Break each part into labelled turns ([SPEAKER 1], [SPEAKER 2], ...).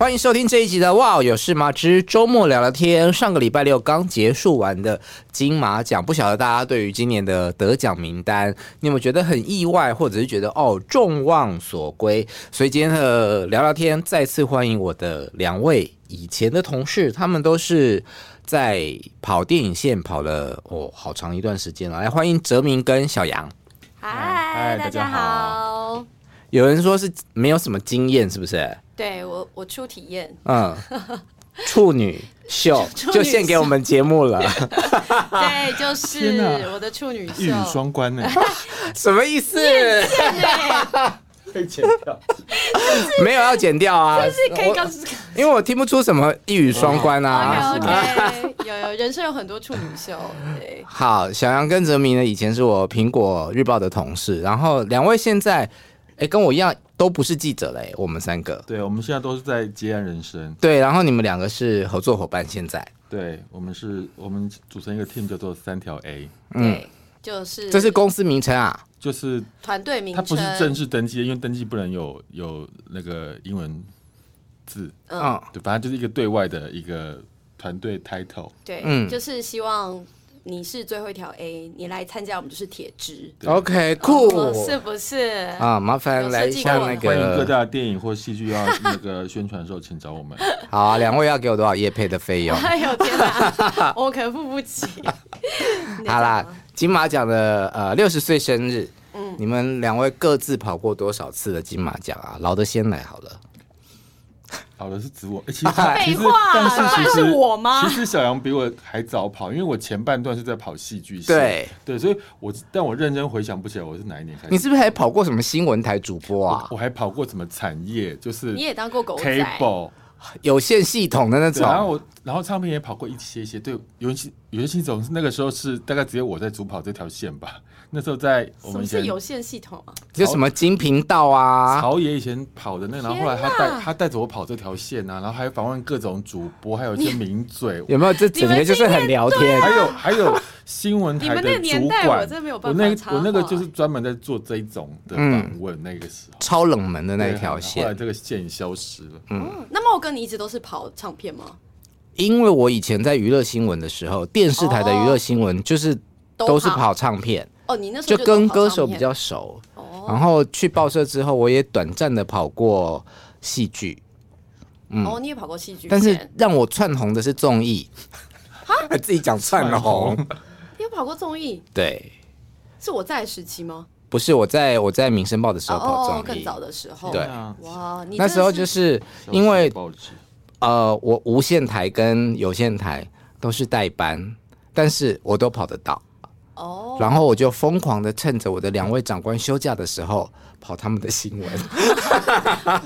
[SPEAKER 1] 欢迎收听这一集的《哇有事吗之周末聊聊天》。上个礼拜六刚结束完的金马奖，不晓得大家对于今年的得奖名单，你有没有觉得很意外，或者是觉得哦众望所归？所以今天的聊聊天再次欢迎我的两位以前的同事，他们都是在跑电影线跑了哦好长一段时间了。来欢迎哲明跟小杨。
[SPEAKER 2] 嗨，大家好。
[SPEAKER 1] 有人说是没有什么经验，是不是？
[SPEAKER 2] 对我，我初体验，
[SPEAKER 1] 嗯，处女秀
[SPEAKER 2] 处女秀
[SPEAKER 1] 就献给我们节目 了，
[SPEAKER 2] 对，就是
[SPEAKER 3] 天哪
[SPEAKER 2] 我的处女秀
[SPEAKER 3] 一语。双关呢、
[SPEAKER 1] 什么 意思？
[SPEAKER 2] 对，
[SPEAKER 3] 被剪掉。
[SPEAKER 1] 没有要剪掉啊，
[SPEAKER 2] 是可以哦
[SPEAKER 1] 我
[SPEAKER 2] 告诉
[SPEAKER 1] 因为我听不出什么一语双关啊。
[SPEAKER 2] OK OK，有有人生有很多处女秀，对，
[SPEAKER 1] 好，小杨跟泽明呢，以前是我苹果日报的同事，然后两位现在，哎、跟我一样都不是记者嘞，我们三个。
[SPEAKER 3] 对，我们现在都是在接案人生。
[SPEAKER 1] 对，然后你们两个是合作伙伴，现在
[SPEAKER 3] 对，我们是我们组成一个 team 叫做三条 A，
[SPEAKER 2] 对，就是
[SPEAKER 1] 这是公司名称啊。
[SPEAKER 3] 就是
[SPEAKER 2] 团队名
[SPEAKER 3] 它
[SPEAKER 2] 称，
[SPEAKER 3] 不是正式登记，因为登记不能有有那个英文字，
[SPEAKER 1] 嗯，
[SPEAKER 3] 对，反正就是一个对外的一个团队 title。
[SPEAKER 2] 对，
[SPEAKER 1] 嗯
[SPEAKER 2] 就是希望你是最后一条 A，你来参加我们就是铁枝，
[SPEAKER 1] OK，酷、
[SPEAKER 2] 哦是不是？
[SPEAKER 1] 啊，麻烦
[SPEAKER 2] 有
[SPEAKER 1] 来
[SPEAKER 2] 设
[SPEAKER 1] 一
[SPEAKER 2] 计
[SPEAKER 1] 下
[SPEAKER 2] 过
[SPEAKER 1] 那
[SPEAKER 2] 的
[SPEAKER 3] 欢迎各
[SPEAKER 1] 个，
[SPEAKER 3] 大电影或戏剧要那个宣传的时候，请找我们。
[SPEAKER 1] 好、啊，两位要给我多少业配的费用？
[SPEAKER 2] 哎呦天哪，我可付不起。
[SPEAKER 1] 好啦，
[SPEAKER 2] 啊
[SPEAKER 1] 金马奖的呃六十岁生日，嗯，你们两位各自跑过多少次的金马奖啊？老的先来好了，
[SPEAKER 3] 好了，是指我。欸、其实他
[SPEAKER 2] 废
[SPEAKER 3] 其实
[SPEAKER 2] 话
[SPEAKER 3] 但是其实
[SPEAKER 2] 当然是我吗
[SPEAKER 3] 其实小杨比我还早跑，因为我前半段是在跑戏剧系。
[SPEAKER 1] 对
[SPEAKER 3] 对，所以我但我认真回想不起来我是哪一年开始。
[SPEAKER 1] 你是不是还跑过什么新闻台主播啊
[SPEAKER 3] 我？还跑过什么产业，就是
[SPEAKER 2] 你也当过狗仔
[SPEAKER 3] cable，
[SPEAKER 1] 有线系统的那
[SPEAKER 3] 对，然后
[SPEAKER 1] 种，
[SPEAKER 3] 我然后唱片也跑过一些些，对，有些有些总是那个时候是大概只有我在主跑这条线吧。那时候在我
[SPEAKER 2] 什
[SPEAKER 3] 们
[SPEAKER 2] 么
[SPEAKER 3] 以
[SPEAKER 2] 是
[SPEAKER 3] 前
[SPEAKER 2] 有线系统啊？
[SPEAKER 1] 就什么金频道啊，
[SPEAKER 3] 曹爷以前跑的那，然后后来他
[SPEAKER 2] 天哪
[SPEAKER 3] 带他带着我跑这条线啊，然后还访问各种主播，还有一些名嘴。
[SPEAKER 1] 有没有？这整个就是很聊天
[SPEAKER 2] 啊
[SPEAKER 3] 还。有还有新闻
[SPEAKER 2] 你
[SPEAKER 3] 台
[SPEAKER 2] 们那
[SPEAKER 3] 的
[SPEAKER 2] 个年
[SPEAKER 3] 主
[SPEAKER 2] 代
[SPEAKER 3] 管，
[SPEAKER 2] 我真没有办
[SPEAKER 3] 我
[SPEAKER 2] 法
[SPEAKER 3] 那
[SPEAKER 2] 插
[SPEAKER 3] 我那个
[SPEAKER 2] 话
[SPEAKER 3] 就是专门在做这一种的访问，那个时候
[SPEAKER 1] 超冷门的嗯那
[SPEAKER 3] 对啊
[SPEAKER 1] 一条
[SPEAKER 3] 后来
[SPEAKER 1] 线，
[SPEAKER 3] 这个线消失了。
[SPEAKER 2] 嗯那么我跟你一直都是跑唱片吗？
[SPEAKER 1] 因为我以前在娱乐新闻的时候，电视台的娱乐新闻就是
[SPEAKER 2] 哦都
[SPEAKER 1] 都是
[SPEAKER 2] 跑
[SPEAKER 1] 跑唱片，
[SPEAKER 2] 哦，你那时
[SPEAKER 1] 就
[SPEAKER 2] 候都
[SPEAKER 1] 跟
[SPEAKER 2] 跑
[SPEAKER 1] 歌
[SPEAKER 2] 唱
[SPEAKER 1] 手比
[SPEAKER 2] 片
[SPEAKER 1] 较熟。
[SPEAKER 2] 哦
[SPEAKER 1] 然后去报社之后，我也短暂的跑过戏剧，
[SPEAKER 2] 哦，你也跑过戏剧，
[SPEAKER 1] 嗯但是让我窜红的是综艺，还 自己讲窜红，
[SPEAKER 2] 你有跑过综艺，
[SPEAKER 1] 对，
[SPEAKER 2] 是我在的时期吗？
[SPEAKER 1] 不是我在我在民生报的时
[SPEAKER 2] 哦
[SPEAKER 1] 候跑
[SPEAKER 2] 哦，
[SPEAKER 1] 综
[SPEAKER 2] 更
[SPEAKER 1] 艺，
[SPEAKER 2] 早的时候，
[SPEAKER 1] 对
[SPEAKER 3] 啊，
[SPEAKER 2] 哇，你
[SPEAKER 1] 那时候就是是因为
[SPEAKER 3] 报纸
[SPEAKER 1] 呃，我无线台跟有线台都是代班，但是我都跑得到，
[SPEAKER 2] 哦，
[SPEAKER 1] 然后我就疯狂的趁着我的两位长官休假的时候跑他们的新闻，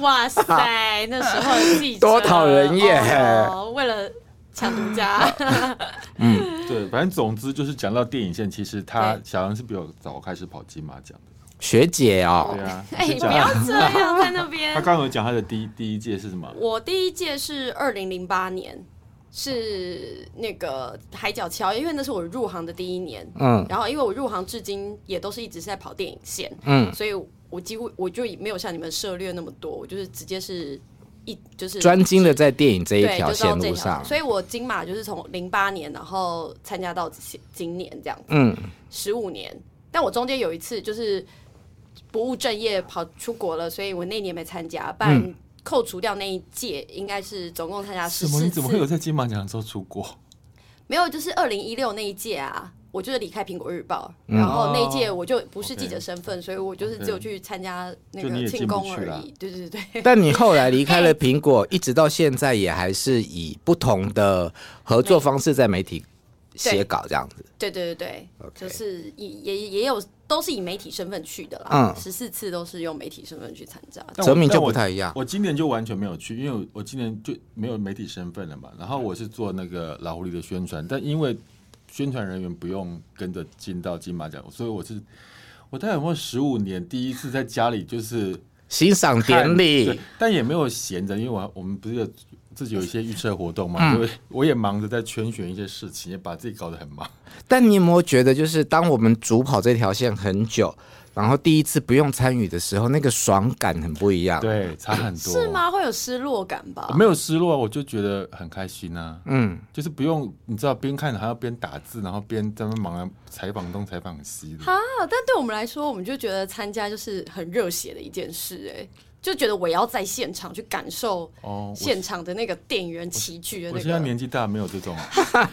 [SPEAKER 2] 哇塞，那时候的 记者
[SPEAKER 1] 多讨人厌
[SPEAKER 2] 哦为了抢独 家，
[SPEAKER 3] 对，反正总之就是讲到电影线，其实他
[SPEAKER 2] 对
[SPEAKER 3] 小杨是比我早开始跑金马奖的。
[SPEAKER 1] 学姐哦
[SPEAKER 3] 对，啊，
[SPEAKER 2] 哎，
[SPEAKER 3] 是
[SPEAKER 2] 不
[SPEAKER 3] 这样
[SPEAKER 2] 要这样在那
[SPEAKER 3] 他
[SPEAKER 2] 边
[SPEAKER 3] 刚。刚有讲他的第一第一届是什么？
[SPEAKER 2] 我第一届是二零零八年，是那个海角桥，因为那是我入行的第一年，
[SPEAKER 1] 嗯
[SPEAKER 2] 然后因为我入行至今也都是一直是在跑电影线，
[SPEAKER 1] 嗯，
[SPEAKER 2] 所以我几乎我就没有像你们涉猎那么多，我就是直接是一就是
[SPEAKER 1] 专精的在电影这一
[SPEAKER 2] 对，
[SPEAKER 1] 条
[SPEAKER 2] 就到
[SPEAKER 1] 线
[SPEAKER 2] 这
[SPEAKER 1] 路
[SPEAKER 2] 条，
[SPEAKER 1] 上，
[SPEAKER 2] 所以我金马就是从零八年，然后参加到今今年这样子，
[SPEAKER 1] 嗯，
[SPEAKER 2] 十五年。但我中间有一次就是不务正业跑出国了，所以我那年没参加，不
[SPEAKER 3] 嗯
[SPEAKER 2] 然扣除掉那一届，应该是总共参加
[SPEAKER 3] 什
[SPEAKER 2] 十
[SPEAKER 3] 么？你
[SPEAKER 2] 四次
[SPEAKER 3] 怎么。会有在金马奖的时候出国？
[SPEAKER 2] 没有，就是二零一六那一届啊，我就是离开苹果日报，
[SPEAKER 3] 嗯
[SPEAKER 2] 然后那一
[SPEAKER 3] 哦
[SPEAKER 2] 届我就不是记者身份，所以我就是只有去参加那
[SPEAKER 3] 就你
[SPEAKER 2] 个
[SPEAKER 3] 也
[SPEAKER 2] 庆
[SPEAKER 3] 进不
[SPEAKER 2] 功
[SPEAKER 3] 去
[SPEAKER 2] 而
[SPEAKER 3] 啦
[SPEAKER 2] 已。对对对，
[SPEAKER 1] 但你后来离开 了苹果，一直到现在也还是以不同的合作方式在媒体写稿这样子。
[SPEAKER 2] 对对对对
[SPEAKER 1] OK
[SPEAKER 2] 就是也也也有都是以媒体身份去的啦
[SPEAKER 1] 嗯，
[SPEAKER 2] 十四、次都是用媒体身份去参加的。
[SPEAKER 3] 但我
[SPEAKER 1] 泽明就
[SPEAKER 3] 但我
[SPEAKER 1] 不太一样
[SPEAKER 3] 我今年就完全没有去，因为我我今年就没有媒体身份了嘛。然后我是做那个老狐狸的宣传，但因为宣传人员不用跟着进到金马奖，所以我是我大概有没有十五年第一次在家里就是
[SPEAKER 1] 欣赏典
[SPEAKER 3] 看
[SPEAKER 1] 礼
[SPEAKER 3] 对，但也没有闲着，因为我我们不是有自己有一些预测活动
[SPEAKER 1] 嗯
[SPEAKER 3] 嘛，所以我也忙着在圈选一些事情，也把自己搞得很忙。
[SPEAKER 1] 但你有没有觉得，就是当我们主跑这条线很久，然后第一次不用参与的时候，那个爽感很不一样。，
[SPEAKER 3] 对，差很多。
[SPEAKER 2] 是？吗？会有失落感吧
[SPEAKER 3] 我？没有失落，我就觉得很开心啊。
[SPEAKER 1] 嗯，
[SPEAKER 3] 就是不用，你知道边看还要边打字，然后边在那忙啊采访东采访西的。
[SPEAKER 2] 哈，啊但对我们来说，我们就觉得参加就是很热血的一件事、哎，就觉得我也要在现场去感受
[SPEAKER 3] 哦，我
[SPEAKER 2] 现场的那个店员齐聚的
[SPEAKER 3] 我
[SPEAKER 2] 那
[SPEAKER 3] 现在
[SPEAKER 2] 个。
[SPEAKER 3] 年纪大，没有 这种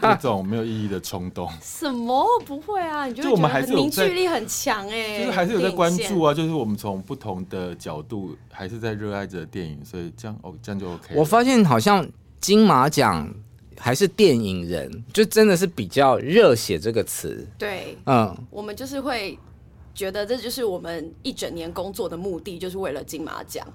[SPEAKER 3] 这种没有意义的冲动，
[SPEAKER 2] 什么不会啊？你就
[SPEAKER 3] 就
[SPEAKER 2] 会
[SPEAKER 3] 我
[SPEAKER 2] 觉
[SPEAKER 3] 们
[SPEAKER 2] 得
[SPEAKER 3] 还是
[SPEAKER 2] 很
[SPEAKER 3] 有
[SPEAKER 2] 凝
[SPEAKER 3] 在
[SPEAKER 2] 聚力很强哎、
[SPEAKER 3] 就是还是有在关注
[SPEAKER 2] 啊。
[SPEAKER 3] 啊。就是我们从不同的角度，还是在热爱着电影，所以这样哦，这样就 OK 了。
[SPEAKER 1] 我发现好像金马奖还是电影人，就真的是比较热血这个词。
[SPEAKER 3] 啊
[SPEAKER 2] 对，
[SPEAKER 1] 嗯，
[SPEAKER 2] 我们就是会觉得这就是我们一整年工作的目的，就是为了金马 奖。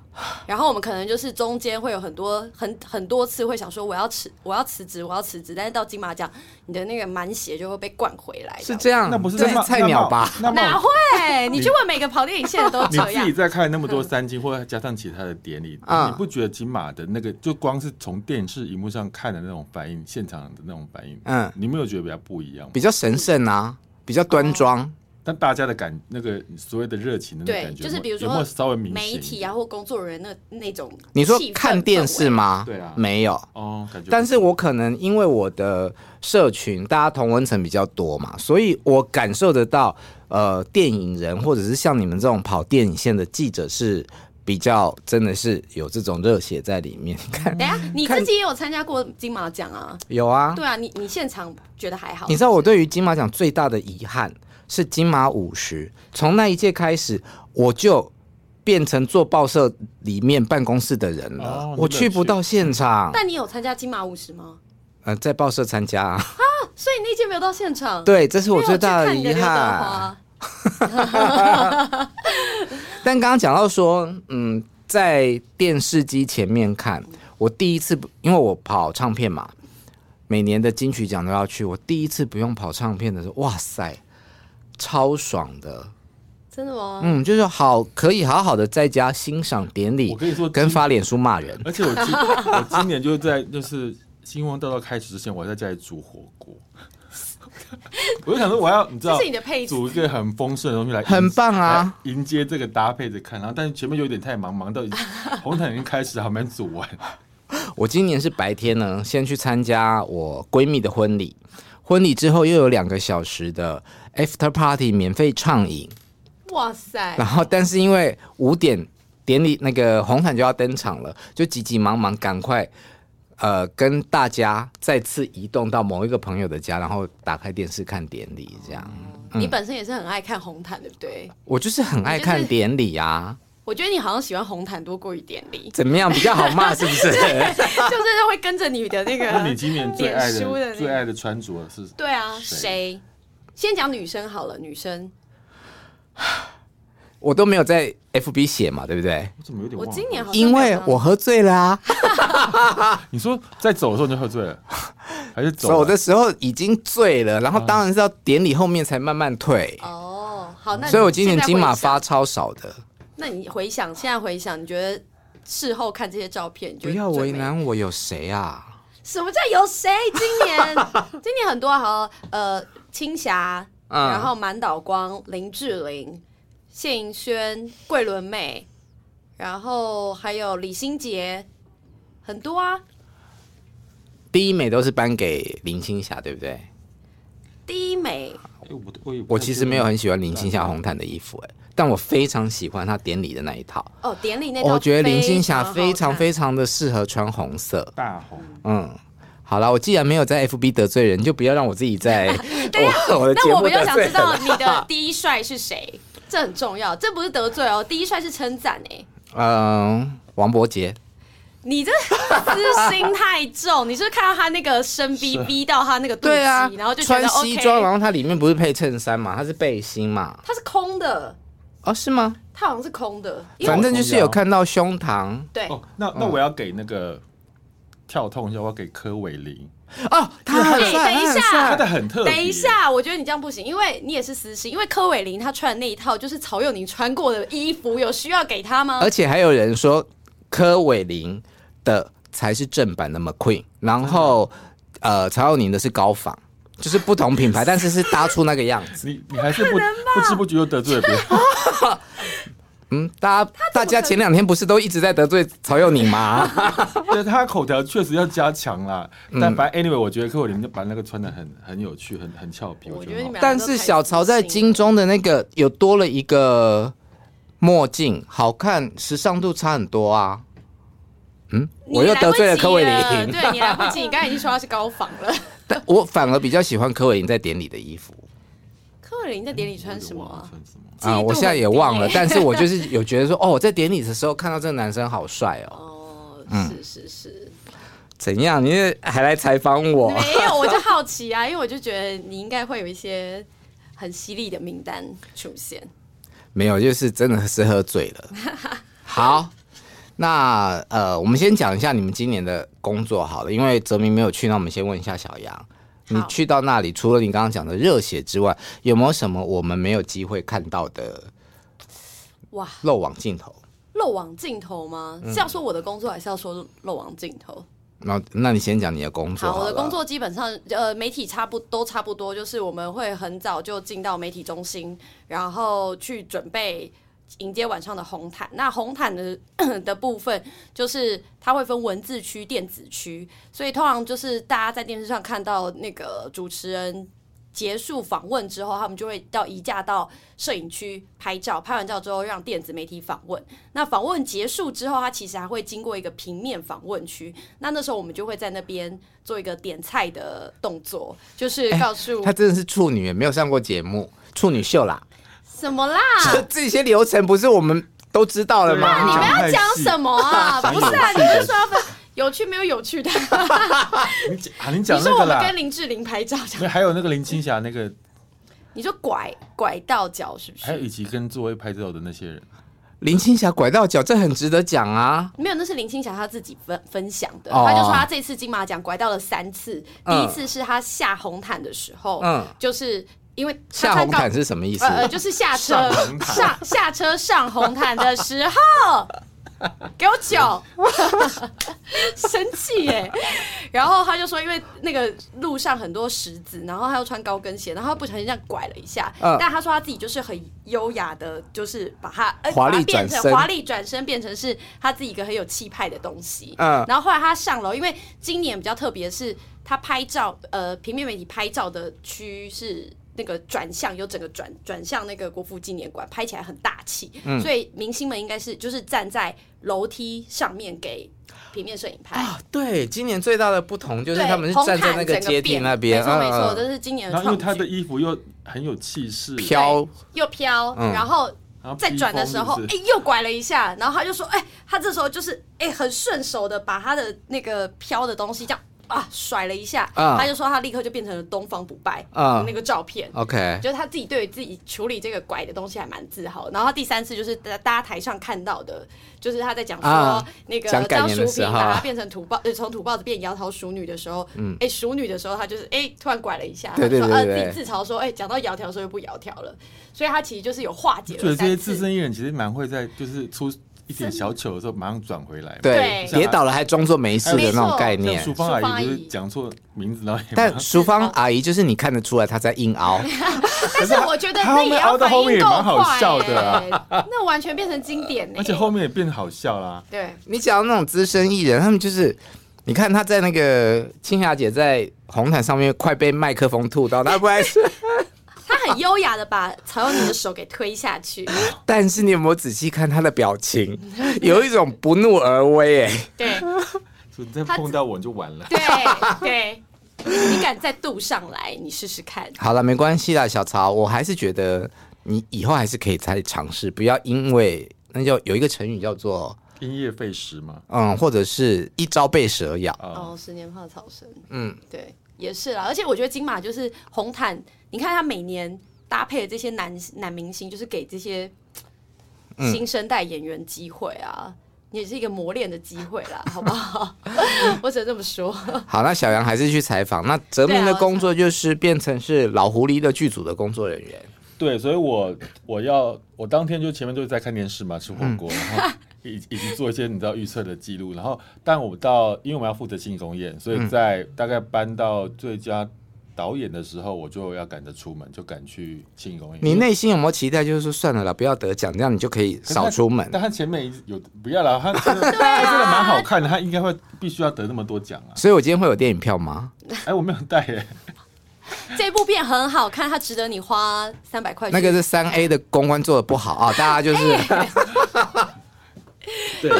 [SPEAKER 2] 然后我们可能就是中间会有很多很很多次会想说我要辞我要辞职我要辞职，但是到金马奖，你的那个满血就会被灌回来。
[SPEAKER 1] 是这样，
[SPEAKER 3] 那不是
[SPEAKER 1] 这
[SPEAKER 3] 那
[SPEAKER 1] 是
[SPEAKER 3] 么
[SPEAKER 1] 菜鸟吧？？
[SPEAKER 3] 那么
[SPEAKER 2] 哪会？你去问每个跑 电影线的都
[SPEAKER 3] 你
[SPEAKER 2] 这
[SPEAKER 3] 自己
[SPEAKER 2] 样。
[SPEAKER 3] 在看那 么
[SPEAKER 2] 嗯
[SPEAKER 3] 多三金，或者加上其他的典礼，
[SPEAKER 1] 啊
[SPEAKER 3] 你不觉得金马的那个就光是从电视荧幕上看的那种反应，现场的那种反应，
[SPEAKER 1] 嗯
[SPEAKER 3] 你没有觉得比较不一样吗？
[SPEAKER 1] 比较神圣啊，比较端庄。
[SPEAKER 3] 但大家的感那个所谓的热情的那个
[SPEAKER 2] 对，
[SPEAKER 3] 感觉，
[SPEAKER 2] 就是比如
[SPEAKER 3] 有没
[SPEAKER 2] 说
[SPEAKER 3] 有稍微明显一
[SPEAKER 2] 媒
[SPEAKER 3] 点
[SPEAKER 2] 体啊或工作人员那那种气氛氛围，
[SPEAKER 1] 你说看电视吗？
[SPEAKER 3] 对啊
[SPEAKER 1] 没有。
[SPEAKER 3] 哦，感觉不错。
[SPEAKER 1] 但是我可能因为我的社群大家同温层比较多嘛，所以我感受得到，呃，电影人或者是像你们这种跑电影线的记者是比较真的是有这种热血在里面。 看
[SPEAKER 2] 等一下你自己也有参加过金马奖啊？
[SPEAKER 1] 有啊，
[SPEAKER 2] 对啊，啊你你现场觉得还好？
[SPEAKER 1] 你知道我对于金马奖最大的遗憾是金马五十，从那一届开始我就变成做报社里面办公室的人了，
[SPEAKER 3] 哦
[SPEAKER 1] 我去不到现场，
[SPEAKER 2] 但你有参加金马五十吗？
[SPEAKER 1] 呃，在报社参加、啊。
[SPEAKER 2] 所以你那届没有到现场。，
[SPEAKER 1] 对，这是我最大
[SPEAKER 2] 的
[SPEAKER 1] 的遗憾。。但刚刚讲到说，嗯，在电视机前面看，我第一次不，因为我跑唱片嘛，每年的金曲奖都要去，我第一次不用跑唱片的时候，哇塞，超爽的。
[SPEAKER 2] 真的吗？
[SPEAKER 1] 嗯，就是好，可以好好的在家欣赏典礼
[SPEAKER 3] 我，跟你说，
[SPEAKER 1] 跟
[SPEAKER 3] 今
[SPEAKER 1] 发脸书骂人。
[SPEAKER 3] 而且我 今我今年就在就是星光大道开始之前，我还在家里煮火锅。我就想说，我要你知
[SPEAKER 2] 这
[SPEAKER 3] 道
[SPEAKER 2] 是你的配置。
[SPEAKER 3] 煮一个很丰盛的东西来迎，
[SPEAKER 1] 很棒啊
[SPEAKER 3] 来迎接这个搭配着看。然后，但是前面有点太忙，忙 到已经红毯已经开始还没煮完。
[SPEAKER 1] 我今年是白天呢，先去参加我闺蜜的婚礼，婚礼之后又有两个小时的 after party 免费畅饮，
[SPEAKER 2] 哇塞
[SPEAKER 1] 然！后，但是因为五点典礼那个红毯就要登场了，就急急忙忙赶快，呃，跟大家再次移动到某一个朋友的家，然后打开电视看典礼。这样，
[SPEAKER 2] 你本身也是很爱看红毯，对不对？
[SPEAKER 1] 我就是很爱
[SPEAKER 2] 你
[SPEAKER 1] 看
[SPEAKER 2] 就是
[SPEAKER 1] 典礼啊，
[SPEAKER 2] 我觉得你好像喜欢红毯多过于典礼，
[SPEAKER 1] 怎么样比较好骂？是不是？
[SPEAKER 2] 就是会跟着你的那个。
[SPEAKER 3] 那你今年最爱
[SPEAKER 2] 脸书的那
[SPEAKER 3] 的
[SPEAKER 2] 个
[SPEAKER 3] 最爱的穿着是？
[SPEAKER 2] 对啊，
[SPEAKER 3] 谁
[SPEAKER 2] 谁？先讲女生好了，女生。
[SPEAKER 1] 我都没有在 FB 写嘛，对不对？
[SPEAKER 3] 我怎么有点
[SPEAKER 2] 我
[SPEAKER 3] 忘了？
[SPEAKER 2] 今年好像
[SPEAKER 1] 因
[SPEAKER 2] 没
[SPEAKER 1] 为
[SPEAKER 2] 有看
[SPEAKER 1] 我喝醉啊啦、
[SPEAKER 3] 你说在走的时候你就喝醉 了，还是走
[SPEAKER 1] 走
[SPEAKER 3] 了
[SPEAKER 1] 的时候已经醉了，然后当然是到典礼后面才慢慢退，
[SPEAKER 2] 哦，好，那你
[SPEAKER 1] 所以我今年
[SPEAKER 2] 现在
[SPEAKER 1] 金马
[SPEAKER 2] 回想
[SPEAKER 1] 发，超少的。
[SPEAKER 2] 那你回想现在回想，你觉得事后看这些照片，你觉
[SPEAKER 1] 不
[SPEAKER 2] 得
[SPEAKER 1] 要
[SPEAKER 2] 最
[SPEAKER 1] 为
[SPEAKER 2] 美
[SPEAKER 1] 难我，有谁啊？
[SPEAKER 2] 什么叫有谁？今年今年很多好呃，青霞，
[SPEAKER 1] 嗯
[SPEAKER 2] 然后满岛光、林志玲、谢盈萱、桂纶镁，然后还有李心洁，很多啊。
[SPEAKER 1] 第一美都是颁给林青霞，对不对？
[SPEAKER 2] 第一美，
[SPEAKER 3] 哎我我也不
[SPEAKER 1] 我
[SPEAKER 3] 太
[SPEAKER 1] 其实
[SPEAKER 3] 确定
[SPEAKER 1] 没有很喜欢林青霞红毯的衣服、哎，但我非常喜欢她典礼的那一套。
[SPEAKER 2] 哦，典礼那套
[SPEAKER 1] 我觉得林青霞
[SPEAKER 2] 非
[SPEAKER 1] 非常
[SPEAKER 2] 常好看
[SPEAKER 1] 非常的适合穿红色，
[SPEAKER 3] 大红。
[SPEAKER 1] 嗯，好啦，我既然没有在 FB 得罪人，就不要让我自己在 哦我 我的节
[SPEAKER 2] 啊那我
[SPEAKER 1] 目
[SPEAKER 2] 们
[SPEAKER 1] 得
[SPEAKER 2] 要想
[SPEAKER 1] 罪
[SPEAKER 2] 知道
[SPEAKER 1] 人
[SPEAKER 2] 你的第一帅是谁，这很重要，这不是得罪哦，第一帅是称赞哎，
[SPEAKER 1] 嗯，王伯杰，
[SPEAKER 2] 你这私心太重，你是不是看到他那个深 B 逼到他那个肚
[SPEAKER 1] 对啊
[SPEAKER 2] 脐，然后就觉
[SPEAKER 1] 穿
[SPEAKER 2] 得
[SPEAKER 1] 西装，然
[SPEAKER 2] OK，
[SPEAKER 1] 后它里面不是配衬衫嘛，它是背心嘛，
[SPEAKER 2] 他是空的，
[SPEAKER 1] 哦，是吗？
[SPEAKER 2] 他好像是空的，因为
[SPEAKER 1] 反正就是有看到胸膛
[SPEAKER 2] 对
[SPEAKER 3] 哦，那
[SPEAKER 1] 嗯
[SPEAKER 3] 那我要给那个跳痛一下，我要给柯伟林，
[SPEAKER 1] 哦，他很
[SPEAKER 2] 哎
[SPEAKER 1] 帅，
[SPEAKER 2] 等一
[SPEAKER 1] 他
[SPEAKER 2] 下
[SPEAKER 1] 很
[SPEAKER 3] 他
[SPEAKER 1] 帅
[SPEAKER 3] 的很特别。
[SPEAKER 2] 等一，下，我觉得你这样不行，因为你也是私心，因为柯伟林他穿的那一套就是曹佑宁穿过的衣服，有需要给他吗？
[SPEAKER 1] 而且还有人说柯伟林的才是正版的 McQueen，然后呃曹佑宁的是高仿，就是不同品牌，但是是搭出那个样 子。
[SPEAKER 3] 你你还是不不知不觉又得罪了别人。
[SPEAKER 1] 嗯，大家大家前两天不是都一直在得罪曹佑宁 吗？
[SPEAKER 3] 对，他口条确实要加强啦。
[SPEAKER 2] 嗯
[SPEAKER 3] 但反正 anyway，我觉得柯伟林就把那个穿的很很有趣，很很俏皮，
[SPEAKER 2] 我
[SPEAKER 3] 我
[SPEAKER 2] 觉
[SPEAKER 3] 觉
[SPEAKER 2] 得
[SPEAKER 3] 得
[SPEAKER 2] 你
[SPEAKER 3] 很
[SPEAKER 2] 们
[SPEAKER 3] 好。
[SPEAKER 1] 但是小曹在金钟的那个有多了一个墨镜，好看，时尚度差很多啊。嗯，
[SPEAKER 2] 你
[SPEAKER 1] 我又
[SPEAKER 2] 来
[SPEAKER 1] 得
[SPEAKER 2] 不
[SPEAKER 1] 罪了
[SPEAKER 2] 及
[SPEAKER 1] 柯伟
[SPEAKER 2] 了
[SPEAKER 1] 林，
[SPEAKER 2] 对你来不及，你刚才已经说他是高仿了。
[SPEAKER 1] 但我反而比较喜欢柯伟林在典礼的衣服。
[SPEAKER 2] 柯伟林在典礼
[SPEAKER 3] 我
[SPEAKER 2] 穿
[SPEAKER 3] 就
[SPEAKER 2] 什么
[SPEAKER 3] 忘了
[SPEAKER 2] 啊？
[SPEAKER 3] 穿什么？
[SPEAKER 2] 嫉
[SPEAKER 1] 啊、
[SPEAKER 2] 妒
[SPEAKER 1] 我现在
[SPEAKER 2] 很
[SPEAKER 1] 也
[SPEAKER 2] 低
[SPEAKER 1] 忘了，
[SPEAKER 2] 欸
[SPEAKER 1] 但是我就是有觉得说，哦，我在典礼的时候看到这个男生好帅哦，
[SPEAKER 2] 哦，是是是，
[SPEAKER 1] 怎样？你是还来采访我？
[SPEAKER 2] 没有，我就好奇啊，因为我就觉得你应该会有一些很犀利的名单出现。
[SPEAKER 1] 没有，就是真的是喝醉 了。好，那呃，我们先讲一下你们今年的工作好了，因为泽明没有去，那我们先问一下小杨，你
[SPEAKER 2] 好
[SPEAKER 1] 去到那里，除了你刚刚讲的热血之外，有没有什么我们没有机会看到的
[SPEAKER 2] 哇，
[SPEAKER 1] 漏网镜头？
[SPEAKER 2] 漏网镜头吗？是要说我的工作，还是要说漏网镜头？
[SPEAKER 1] 那那你先讲你的工作
[SPEAKER 2] 好，我的
[SPEAKER 1] 了
[SPEAKER 2] 工作基本上呃，媒体差不都差不多，就是我们会很早就进到媒体中心，然后去准备迎接晚上的红毯。那红毯的 的部分，就是它会分文字区、电子区，所以通常就是大家在电视上看到那个主持人。结束访问之后，他们就会到移驾到摄影区拍照，拍完照之后让电子媒体访问。那访问结束之后，它其实还会经过一个平面访问区。那那时候我们就会在那边做一个点菜的动作，就是
[SPEAKER 3] 哎
[SPEAKER 2] 告诉、
[SPEAKER 1] 她真的是处女，没有上过节目，处女秀啦。
[SPEAKER 2] 什么啦？
[SPEAKER 1] 这这些流程不是我们都知道了
[SPEAKER 3] 对啊
[SPEAKER 1] 吗？
[SPEAKER 2] 啊你们要讲什么啊？
[SPEAKER 3] 讲太
[SPEAKER 2] 不
[SPEAKER 3] 细
[SPEAKER 2] 是啊，
[SPEAKER 3] 讲
[SPEAKER 2] 你
[SPEAKER 3] 太细
[SPEAKER 2] 就说要分有趣没有有趣的？
[SPEAKER 3] 你讲啊，你
[SPEAKER 2] 你
[SPEAKER 3] 讲
[SPEAKER 2] 说
[SPEAKER 3] 那
[SPEAKER 2] 我
[SPEAKER 3] 个
[SPEAKER 2] 们
[SPEAKER 3] 啦。
[SPEAKER 2] 跟林志玲拍照，这样
[SPEAKER 3] 没有还有那个林青霞那个，
[SPEAKER 2] 你说拐拐到脚是不
[SPEAKER 3] 还有以
[SPEAKER 2] 是？
[SPEAKER 3] 及跟座位拍照的那些人，
[SPEAKER 1] 林青霞拐到脚，这很值得讲啊。
[SPEAKER 2] 没有，那是林青霞她自己分分享的。
[SPEAKER 1] 哦
[SPEAKER 2] 她就说她这次金马奖拐到了三次，第
[SPEAKER 1] 嗯
[SPEAKER 2] 一次是她下红毯的时候，
[SPEAKER 1] 嗯
[SPEAKER 2] 就是因为她
[SPEAKER 1] 下
[SPEAKER 2] 在
[SPEAKER 1] 红
[SPEAKER 2] 告
[SPEAKER 1] 毯是什么意思？
[SPEAKER 2] 呃呃，就是下车
[SPEAKER 3] 上红毯
[SPEAKER 2] 上下车上红毯的时 候，给我酒， 生气耶！然后他就说，因为那个路上很多石子，然后他又穿高跟鞋，然后他不小心这样拐了一下，
[SPEAKER 1] 嗯
[SPEAKER 2] 但他说他自己就是很优雅的，就是把它呃
[SPEAKER 1] 华丽
[SPEAKER 2] 把它变
[SPEAKER 1] 转
[SPEAKER 2] 成
[SPEAKER 1] 身
[SPEAKER 2] 华丽转身变成是他自己一个很有气派的东西。
[SPEAKER 1] 嗯
[SPEAKER 2] 然后后来他上楼，因为今年比较特别是，他拍照，呃，平面媒体拍照的区是那个转向，有整个转转向那个国父纪念馆，拍起来很大气，
[SPEAKER 1] 嗯
[SPEAKER 2] 所以明星们应该是就是站在楼梯上面给平面摄影拍。
[SPEAKER 1] 啊，对，今年最大的不同就是
[SPEAKER 2] 呃对
[SPEAKER 1] 他们是
[SPEAKER 2] 红
[SPEAKER 1] 站在
[SPEAKER 2] 毯
[SPEAKER 1] 那个
[SPEAKER 2] 整
[SPEAKER 1] 阶梯
[SPEAKER 2] 变
[SPEAKER 1] 那边，
[SPEAKER 2] 没错没
[SPEAKER 1] 嗯
[SPEAKER 2] 错，
[SPEAKER 1] 嗯
[SPEAKER 2] 这是今年
[SPEAKER 3] 然
[SPEAKER 2] 的
[SPEAKER 3] 后因为
[SPEAKER 2] 创
[SPEAKER 3] 他的
[SPEAKER 2] 举，
[SPEAKER 3] 衣服又很有气势，
[SPEAKER 1] 飘
[SPEAKER 2] 又飘，
[SPEAKER 1] 嗯
[SPEAKER 2] 然后
[SPEAKER 3] 然后
[SPEAKER 2] 在
[SPEAKER 3] 披
[SPEAKER 2] 转的
[SPEAKER 3] 风
[SPEAKER 2] 时候，
[SPEAKER 3] 是
[SPEAKER 2] 哎、
[SPEAKER 3] 不是
[SPEAKER 2] 又拐了一下，然后他就说，哎、他这时候就是，哎、很顺手的把他的那个飘的东西这样啊甩了一下，
[SPEAKER 3] 啊
[SPEAKER 1] 嗯
[SPEAKER 2] 他就说他立刻就变成了东方不败、
[SPEAKER 1] 嗯
[SPEAKER 2] 那个照片。
[SPEAKER 1] OK，
[SPEAKER 2] 就是他自己对于自己处理这个拐的东西还蛮自豪，然后他第三次就是大大家台上看到的，就是他在讲说、
[SPEAKER 1] 啊
[SPEAKER 2] 那个
[SPEAKER 1] 讲感
[SPEAKER 2] 张
[SPEAKER 1] 言
[SPEAKER 2] 淑
[SPEAKER 1] 的时
[SPEAKER 2] 萍
[SPEAKER 1] 候
[SPEAKER 2] 把她变成土豹，呃，从土豹子变窈窕淑女的时候，嗯，哎、淑女的时候，他就是哎、突然拐了一下，
[SPEAKER 1] 对对
[SPEAKER 2] 说
[SPEAKER 1] 对
[SPEAKER 2] 呃
[SPEAKER 1] 对对
[SPEAKER 2] 自己自嘲说，哎、讲到窈窕的时候又不窈窕了，所以他其实就是有化解
[SPEAKER 3] 觉
[SPEAKER 2] 了
[SPEAKER 3] 得这
[SPEAKER 2] 三
[SPEAKER 3] 些资
[SPEAKER 2] 哎次。
[SPEAKER 3] 深艺人其实蛮会在就是出一点小糗的时候马上转回来嘛。
[SPEAKER 1] 对
[SPEAKER 2] 对，
[SPEAKER 1] 跌倒了还装作没事的那种概
[SPEAKER 3] 像
[SPEAKER 1] 念
[SPEAKER 3] 淑。芳
[SPEAKER 2] 淑
[SPEAKER 3] 阿姨就
[SPEAKER 2] 芳
[SPEAKER 3] 是
[SPEAKER 2] 阿姨
[SPEAKER 3] 讲错名字，然后也马
[SPEAKER 1] 但
[SPEAKER 3] 上
[SPEAKER 1] 淑芳阿姨就是你看得出来她在硬 凹，
[SPEAKER 2] 但是我觉得
[SPEAKER 3] 他
[SPEAKER 2] 那
[SPEAKER 3] 后
[SPEAKER 2] 也
[SPEAKER 3] 面
[SPEAKER 2] 要
[SPEAKER 3] 熬到
[SPEAKER 2] 反
[SPEAKER 3] 后面
[SPEAKER 2] 应
[SPEAKER 3] 也
[SPEAKER 2] 够
[SPEAKER 3] 蛮好
[SPEAKER 2] 快、
[SPEAKER 3] 笑的啊
[SPEAKER 2] 欸， 那完全变成经典、欸。
[SPEAKER 3] 而且后面也变好笑啦。
[SPEAKER 2] 对，
[SPEAKER 1] 你讲到那种资深艺人，他们就是，你看他在那个青霞姐在红毯上面快被麦克风吐到，她不还是？
[SPEAKER 2] 他很优雅的把曹佑宁的手给推下 去，
[SPEAKER 1] 但
[SPEAKER 2] 欸
[SPEAKER 1] 是你有没有仔细看她的表情？有一种不怒而威哎、
[SPEAKER 2] 对，
[SPEAKER 3] 所以你再碰到我你就完了。
[SPEAKER 2] 对 对，你敢再度上来，你试试看。
[SPEAKER 1] 好了，没关系啦，小曹，我还是觉得你以后还是可以再尝试，不要因为那叫有一个成语叫做
[SPEAKER 3] 因噎废食嘛，啊
[SPEAKER 1] 嗯，或者是一朝被蛇咬。
[SPEAKER 2] 哦，十年怕草绳，
[SPEAKER 1] 嗯，
[SPEAKER 2] 对，也是啦。而且我觉得金马就是红毯，你看他每年搭配的这些男男明星，就是给这些
[SPEAKER 1] 嗯
[SPEAKER 2] 新生代演员机会啊。也是一个磨练的机会 啦，好不好？ 我只能这么说。
[SPEAKER 1] 好，那小杨还是去采访。那泽明
[SPEAKER 2] 对
[SPEAKER 1] 的
[SPEAKER 2] 啊
[SPEAKER 1] 工作就是变成是老狐狸的剧组的工作人员。
[SPEAKER 3] 对，所以我我要我当天就前面就是在看电视嘛，吃火锅，然后 以以及做一些你知道预测的记录，然后但我到因为我们要负责庆功宴，所以在大概搬到最佳导演的时候，我就要赶着出门，就赶去庆功宴。
[SPEAKER 1] 你
[SPEAKER 3] 因为
[SPEAKER 1] 内心有没有期待？就是说算了啦，不要得奖，这样你就可以少出门。
[SPEAKER 3] 但他前面有不要 了，他真的他真的蛮好看的，他应该会必须要得那么多奖 啊！
[SPEAKER 1] 所以我今天会有电影票吗？
[SPEAKER 3] 哎，我没有带耶，
[SPEAKER 2] 这部片很好看，它值得你花三百块去。
[SPEAKER 1] 那个是三 A 的公关做的不好啊，大家就是
[SPEAKER 3] 对，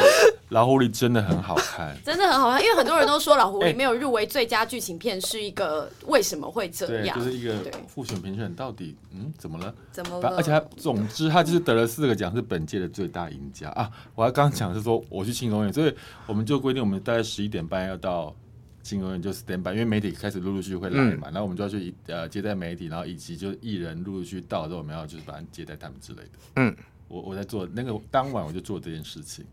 [SPEAKER 3] 老狐狸真的很好看，
[SPEAKER 2] 真的很好看，因为很多人都说《老狐狸
[SPEAKER 3] 哎》
[SPEAKER 2] 没有入围最佳剧情片是一个为什么会这
[SPEAKER 3] 对，
[SPEAKER 2] 样？
[SPEAKER 3] 就是一个
[SPEAKER 2] 对
[SPEAKER 3] 复选评选，到底嗯怎么了？
[SPEAKER 2] 怎么
[SPEAKER 3] 反
[SPEAKER 2] 了？
[SPEAKER 3] 而且他，总之他就是得了四个奖，是本届的最大赢家啊！我还刚讲是说我去庆功宴，所以我们就规定我们大概十一点半要到庆功宴就 stand by，因为媒体开始陆陆续续会来嘛，然后我们就要去呃接待媒体，然后以及就是艺人陆陆续到之后，我们要就是把接待他们之类的。
[SPEAKER 1] 嗯，
[SPEAKER 3] 我我在做那个当晚我就做这件事情，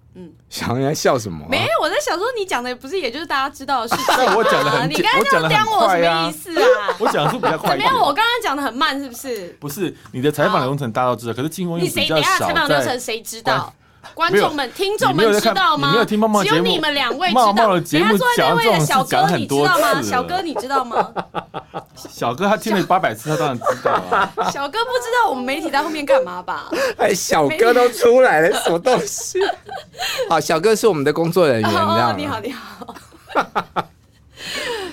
[SPEAKER 1] 小杨在笑什么啊、
[SPEAKER 2] 没有，我在想说你讲的不是，也就是大家知道的事情
[SPEAKER 3] 但
[SPEAKER 2] 啊。
[SPEAKER 3] 我讲的很
[SPEAKER 2] 你
[SPEAKER 3] 简
[SPEAKER 2] 刚，刚
[SPEAKER 3] 我
[SPEAKER 2] 这
[SPEAKER 3] 讲的
[SPEAKER 2] 样刁
[SPEAKER 3] 很
[SPEAKER 2] 我
[SPEAKER 3] 快
[SPEAKER 2] 什么
[SPEAKER 3] 呀、
[SPEAKER 2] 意思啊？
[SPEAKER 3] 我讲的是比较快一
[SPEAKER 2] 没
[SPEAKER 3] 点
[SPEAKER 2] 有，。我刚刚讲的很慢，是不是？
[SPEAKER 3] 不是你的采访流程大家都知道，可是庆功
[SPEAKER 2] 你
[SPEAKER 3] 宴比
[SPEAKER 2] 谁等
[SPEAKER 3] 较
[SPEAKER 2] 一下
[SPEAKER 3] 少
[SPEAKER 2] 采访流
[SPEAKER 3] 在
[SPEAKER 2] 程谁知道？观众们、听众
[SPEAKER 3] 你没
[SPEAKER 2] 们
[SPEAKER 3] 有在
[SPEAKER 2] 知
[SPEAKER 3] 看
[SPEAKER 2] 道吗？
[SPEAKER 3] 你没有听茂茂
[SPEAKER 2] 只
[SPEAKER 3] 节目
[SPEAKER 2] 有你们两位知
[SPEAKER 3] 茂
[SPEAKER 2] 道。
[SPEAKER 3] 茂的节目
[SPEAKER 2] 等一下坐在那位的
[SPEAKER 3] 讲这种
[SPEAKER 2] 小
[SPEAKER 3] 事讲
[SPEAKER 2] 哥，你
[SPEAKER 3] 很
[SPEAKER 2] 知
[SPEAKER 3] 多
[SPEAKER 2] 道吗？
[SPEAKER 3] 次
[SPEAKER 2] 小
[SPEAKER 3] 了
[SPEAKER 2] 哥，你知道吗？
[SPEAKER 3] 小哥他听了八百次，他当然知道 啊。
[SPEAKER 2] 小哥不知道我们媒体在后面干嘛吧？
[SPEAKER 1] 哎，小哥都出来了，什么东西？ 好，小哥是我们的工作人员，这
[SPEAKER 2] 哦
[SPEAKER 1] 样，
[SPEAKER 2] 你好，你好。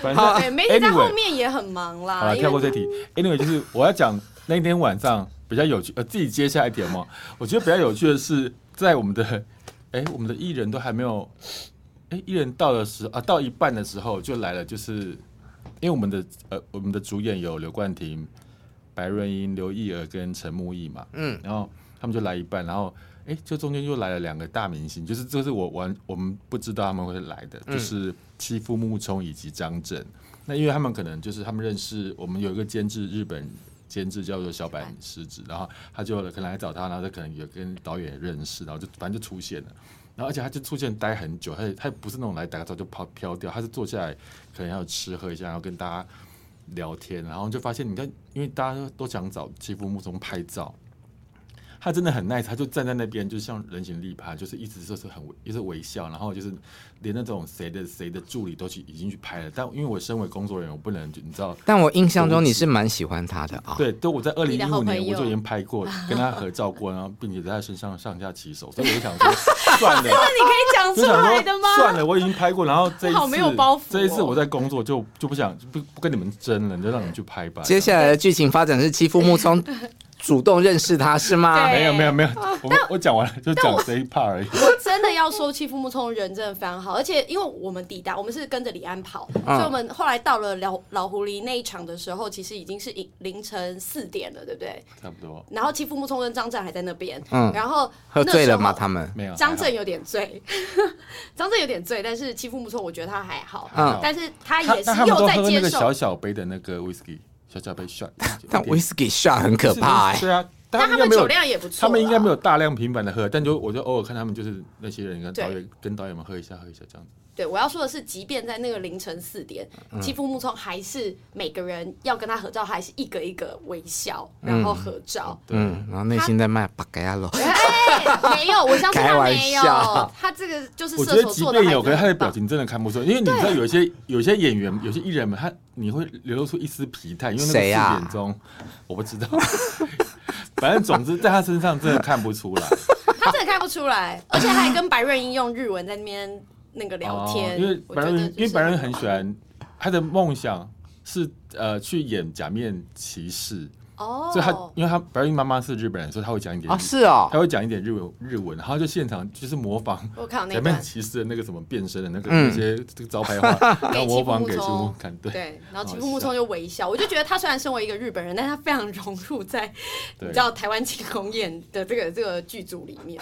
[SPEAKER 3] 反
[SPEAKER 1] 好
[SPEAKER 3] 正
[SPEAKER 2] 对，媒体在
[SPEAKER 3] anyway
[SPEAKER 2] 后面也很忙
[SPEAKER 3] 好
[SPEAKER 2] 啦。
[SPEAKER 3] 了，
[SPEAKER 2] 因
[SPEAKER 3] 跳
[SPEAKER 2] 为
[SPEAKER 3] 过这题。Anyway，就是我要讲那天晚上比较有趣，呃，自己接下来一点嘛。我觉得比较有趣的是，在我们的， 哎、我们的艺人都还没有，哎、艺人到的时候啊，到一半的时候就来了，就是因为我们的呃，我们的主演有刘冠廷、白润英、刘意儿跟陈木易嘛，
[SPEAKER 1] 嗯，
[SPEAKER 3] 然后他们就来一半，然后哎，就中间又来了两个大明星，就是这是我完我们不知道他们会来的，就是欺负木聪以及张震。那因为他们可能就是他们认识，我们有一个监制日本。监制叫做小坂狮子，然后他就可能来找他，然后他可能也跟导演也认识，然后就反正就出现了，然后而且他就出现待很久，他也他也不是那种来打个招呼就跑飘掉，他是坐下来可能要吃喝一下，然后跟大家聊天，然后就发现你看，因为大家都想找欺负木聪拍照，他真的很 nice，他就站在那边，就像人形立牌，就是一直就是很微一直微笑，然后就是连那种谁的谁的助理都去已经去拍了，但因为我身为工作人员，我不能就你知道，
[SPEAKER 1] 但我印象中你是蛮喜欢他的啊、
[SPEAKER 3] 对，都我在二零
[SPEAKER 2] 你
[SPEAKER 3] 一
[SPEAKER 2] 的
[SPEAKER 3] 五
[SPEAKER 2] 好
[SPEAKER 3] 年
[SPEAKER 2] 朋
[SPEAKER 3] 我
[SPEAKER 2] 友
[SPEAKER 3] 就已经拍 过，跟他合照过，然后并且在他身上上下其手，所以我就 想说算了。
[SPEAKER 2] 那你可以讲
[SPEAKER 3] 就
[SPEAKER 2] 出
[SPEAKER 3] 想
[SPEAKER 2] 来的
[SPEAKER 3] 说
[SPEAKER 2] 吗？
[SPEAKER 3] 算了，我已经拍过，然后这一次
[SPEAKER 2] 好没有包袱哦
[SPEAKER 3] 这一次我在工作就就不想就不不跟你们争了，你就让你们去拍吧。
[SPEAKER 1] 接下来的剧情发展是欺负木聪主动认识他是吗？
[SPEAKER 2] 对
[SPEAKER 3] 没有没有没有，我们我讲完了就讲这一 part 而已。
[SPEAKER 2] 我真的要说，欺负木聪人真的非常好，而且因为我们抵达，我们是跟着李安跑，
[SPEAKER 1] 嗯
[SPEAKER 2] 所以我们后来到了老老狐狸那一场的时候，其实已经是凌凌晨四点了，对不对？
[SPEAKER 3] 差不多
[SPEAKER 2] 然后欺负木聪跟张震还在那边，
[SPEAKER 1] 嗯
[SPEAKER 2] 然后
[SPEAKER 1] 喝醉了吗？
[SPEAKER 2] 那时候
[SPEAKER 1] 他们
[SPEAKER 3] 没有。
[SPEAKER 2] 张
[SPEAKER 3] 还好
[SPEAKER 2] 震有点醉， 张震有点醉，但是欺负木聪我觉得他还好，
[SPEAKER 1] 嗯
[SPEAKER 2] 但是他
[SPEAKER 3] 他
[SPEAKER 2] 也是
[SPEAKER 3] 但他们
[SPEAKER 2] 又
[SPEAKER 3] 都
[SPEAKER 2] 在
[SPEAKER 3] 喝那
[SPEAKER 2] 接
[SPEAKER 3] 个小
[SPEAKER 2] 受，
[SPEAKER 3] 小杯的那个 whisky，小小杯 shot，
[SPEAKER 1] 但 whisky shot 很可怕哎、
[SPEAKER 3] 对啊，
[SPEAKER 2] 但
[SPEAKER 3] 但
[SPEAKER 2] 他
[SPEAKER 3] 他们
[SPEAKER 2] 们
[SPEAKER 3] 应该
[SPEAKER 2] 酒
[SPEAKER 3] 没有，
[SPEAKER 2] 量也不错啦，
[SPEAKER 3] 他们应该没有大量频繁的喝，但就我就偶尔看他们就是那些人跟
[SPEAKER 2] 对
[SPEAKER 3] 导演跟导演们喝一下喝一下这样子。
[SPEAKER 2] 对，我要说的是，即便在那个凌晨四点，
[SPEAKER 1] 嗯
[SPEAKER 2] 欺负木聪还是每个人要跟他合照，还是一个一个微笑，然后合照。
[SPEAKER 3] 对，
[SPEAKER 1] 嗯，然后内心在骂巴嘎亚喽，
[SPEAKER 2] 哎，没有，我相信
[SPEAKER 1] 开
[SPEAKER 2] 他
[SPEAKER 1] 玩
[SPEAKER 2] 没有
[SPEAKER 1] 笑，
[SPEAKER 2] 他这个就是
[SPEAKER 3] 我觉
[SPEAKER 2] 射
[SPEAKER 3] 得
[SPEAKER 2] 手
[SPEAKER 3] 即
[SPEAKER 2] 座的
[SPEAKER 3] 便
[SPEAKER 2] 孩
[SPEAKER 3] 有，
[SPEAKER 2] 子
[SPEAKER 3] 可是他的
[SPEAKER 2] 很
[SPEAKER 3] 表
[SPEAKER 2] 棒。
[SPEAKER 3] 情真的看不出来，因为你知道有一些有些演员有些艺人们，他你会流露出一丝疲态，因为那个四
[SPEAKER 1] 谁啊
[SPEAKER 3] 点钟我不知道， 反正总之在他身上真的看不出来。
[SPEAKER 2] 他真的看不出来，而且他还跟白润英用日文在那边那个聊天。
[SPEAKER 3] 哦、因为
[SPEAKER 2] 我
[SPEAKER 3] 白
[SPEAKER 2] 觉
[SPEAKER 3] 人，
[SPEAKER 2] 得就是
[SPEAKER 3] 因为白人很喜欢他的梦想是呃去演假面骑士，
[SPEAKER 2] 哦，
[SPEAKER 3] 所以他因为他白玉妈妈是日本人，所以他会讲一点
[SPEAKER 1] 啊，是哦
[SPEAKER 3] 他，会讲一点日文日文，然后就现场就是模仿
[SPEAKER 2] 我看到那
[SPEAKER 3] 假
[SPEAKER 2] 一
[SPEAKER 3] 面
[SPEAKER 2] 段，
[SPEAKER 3] 骑士的那个什么变身的那个
[SPEAKER 1] 嗯
[SPEAKER 3] 那些这个招牌 画，然后模仿
[SPEAKER 2] 给
[SPEAKER 3] 给
[SPEAKER 2] 吉
[SPEAKER 3] 出
[SPEAKER 2] 木
[SPEAKER 3] 木
[SPEAKER 2] 聪
[SPEAKER 3] 看，对
[SPEAKER 2] 对，然后吉
[SPEAKER 3] 好
[SPEAKER 2] 木木聪就微笑，我就觉得他虽然身为一个日本人，但他非常融入在你
[SPEAKER 3] 对
[SPEAKER 2] 知，道台湾庆功宴的这个这个剧组里 面，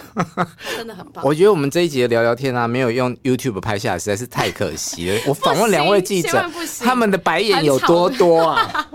[SPEAKER 2] 真的很棒。
[SPEAKER 1] 我觉得我们这一集的聊聊天啊，没有用 YouTube 拍下来，实在是太可惜了。我访问两位记
[SPEAKER 2] 千
[SPEAKER 1] 者
[SPEAKER 2] 万不，行
[SPEAKER 1] 他们的白眼有多多啊？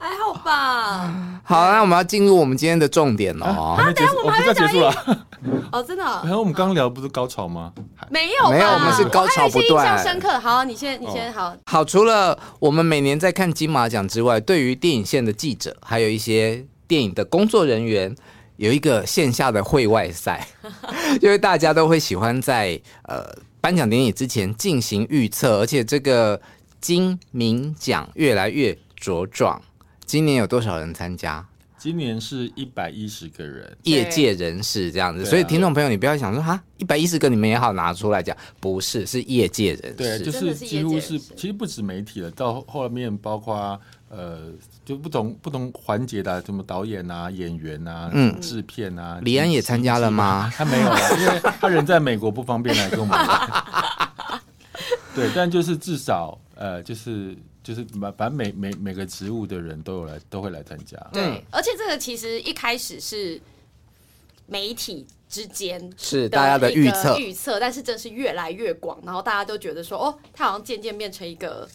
[SPEAKER 2] 还好吧？
[SPEAKER 1] 好，那我们要进入我们今天的重点了 哦。
[SPEAKER 3] 还没结束，
[SPEAKER 2] 啊
[SPEAKER 3] 我们要结束 了。
[SPEAKER 2] 哦，真的哦、
[SPEAKER 3] 哎然后我们刚聊不是高潮吗？
[SPEAKER 2] 没有吧，
[SPEAKER 1] 没有我们是高潮不断哦
[SPEAKER 2] 我还有一些印象深刻。好，你先，你先好。
[SPEAKER 1] 好，除了我们每年在看金马奖之外，对于电影线的记者，还有一些电影的工作人员，有一个线下的会外赛， 因为大家都会喜欢在呃颁奖典礼之前进行预测，而且这个金明奖越来越茁壮。今年有多少人参加？
[SPEAKER 3] 今年是一百一十个人，
[SPEAKER 1] 业界人士这样子，
[SPEAKER 3] 对啊
[SPEAKER 1] 所以听众朋友，你不要想说哈，一百一十个你们也好拿出来讲，不是，是业界人士。
[SPEAKER 3] 对，就
[SPEAKER 2] 真的
[SPEAKER 3] 是
[SPEAKER 2] 是
[SPEAKER 3] 几
[SPEAKER 2] 业
[SPEAKER 3] 乎
[SPEAKER 2] 界
[SPEAKER 3] 是，
[SPEAKER 2] 人士
[SPEAKER 3] 其实不止媒体了，到后面包括呃，就不同不同环节的啊、什么导演啊、演员啊、
[SPEAKER 1] 嗯
[SPEAKER 3] 制片啊。
[SPEAKER 1] 李安也参加了吗？
[SPEAKER 3] 他没有啦，因为他人在美国不方便来跟我们聊。 对，但就是至少呃，就是就是把把每每每个职务的人都有来都会来参加。
[SPEAKER 1] 嗯
[SPEAKER 2] 对，而且这个其实一开始是媒体之间的
[SPEAKER 1] 是大家的
[SPEAKER 2] 一
[SPEAKER 1] 预
[SPEAKER 2] 个
[SPEAKER 1] 测
[SPEAKER 2] 预测，但是真是越来越广，然后大家都觉得说，哦，它好像渐渐变成一个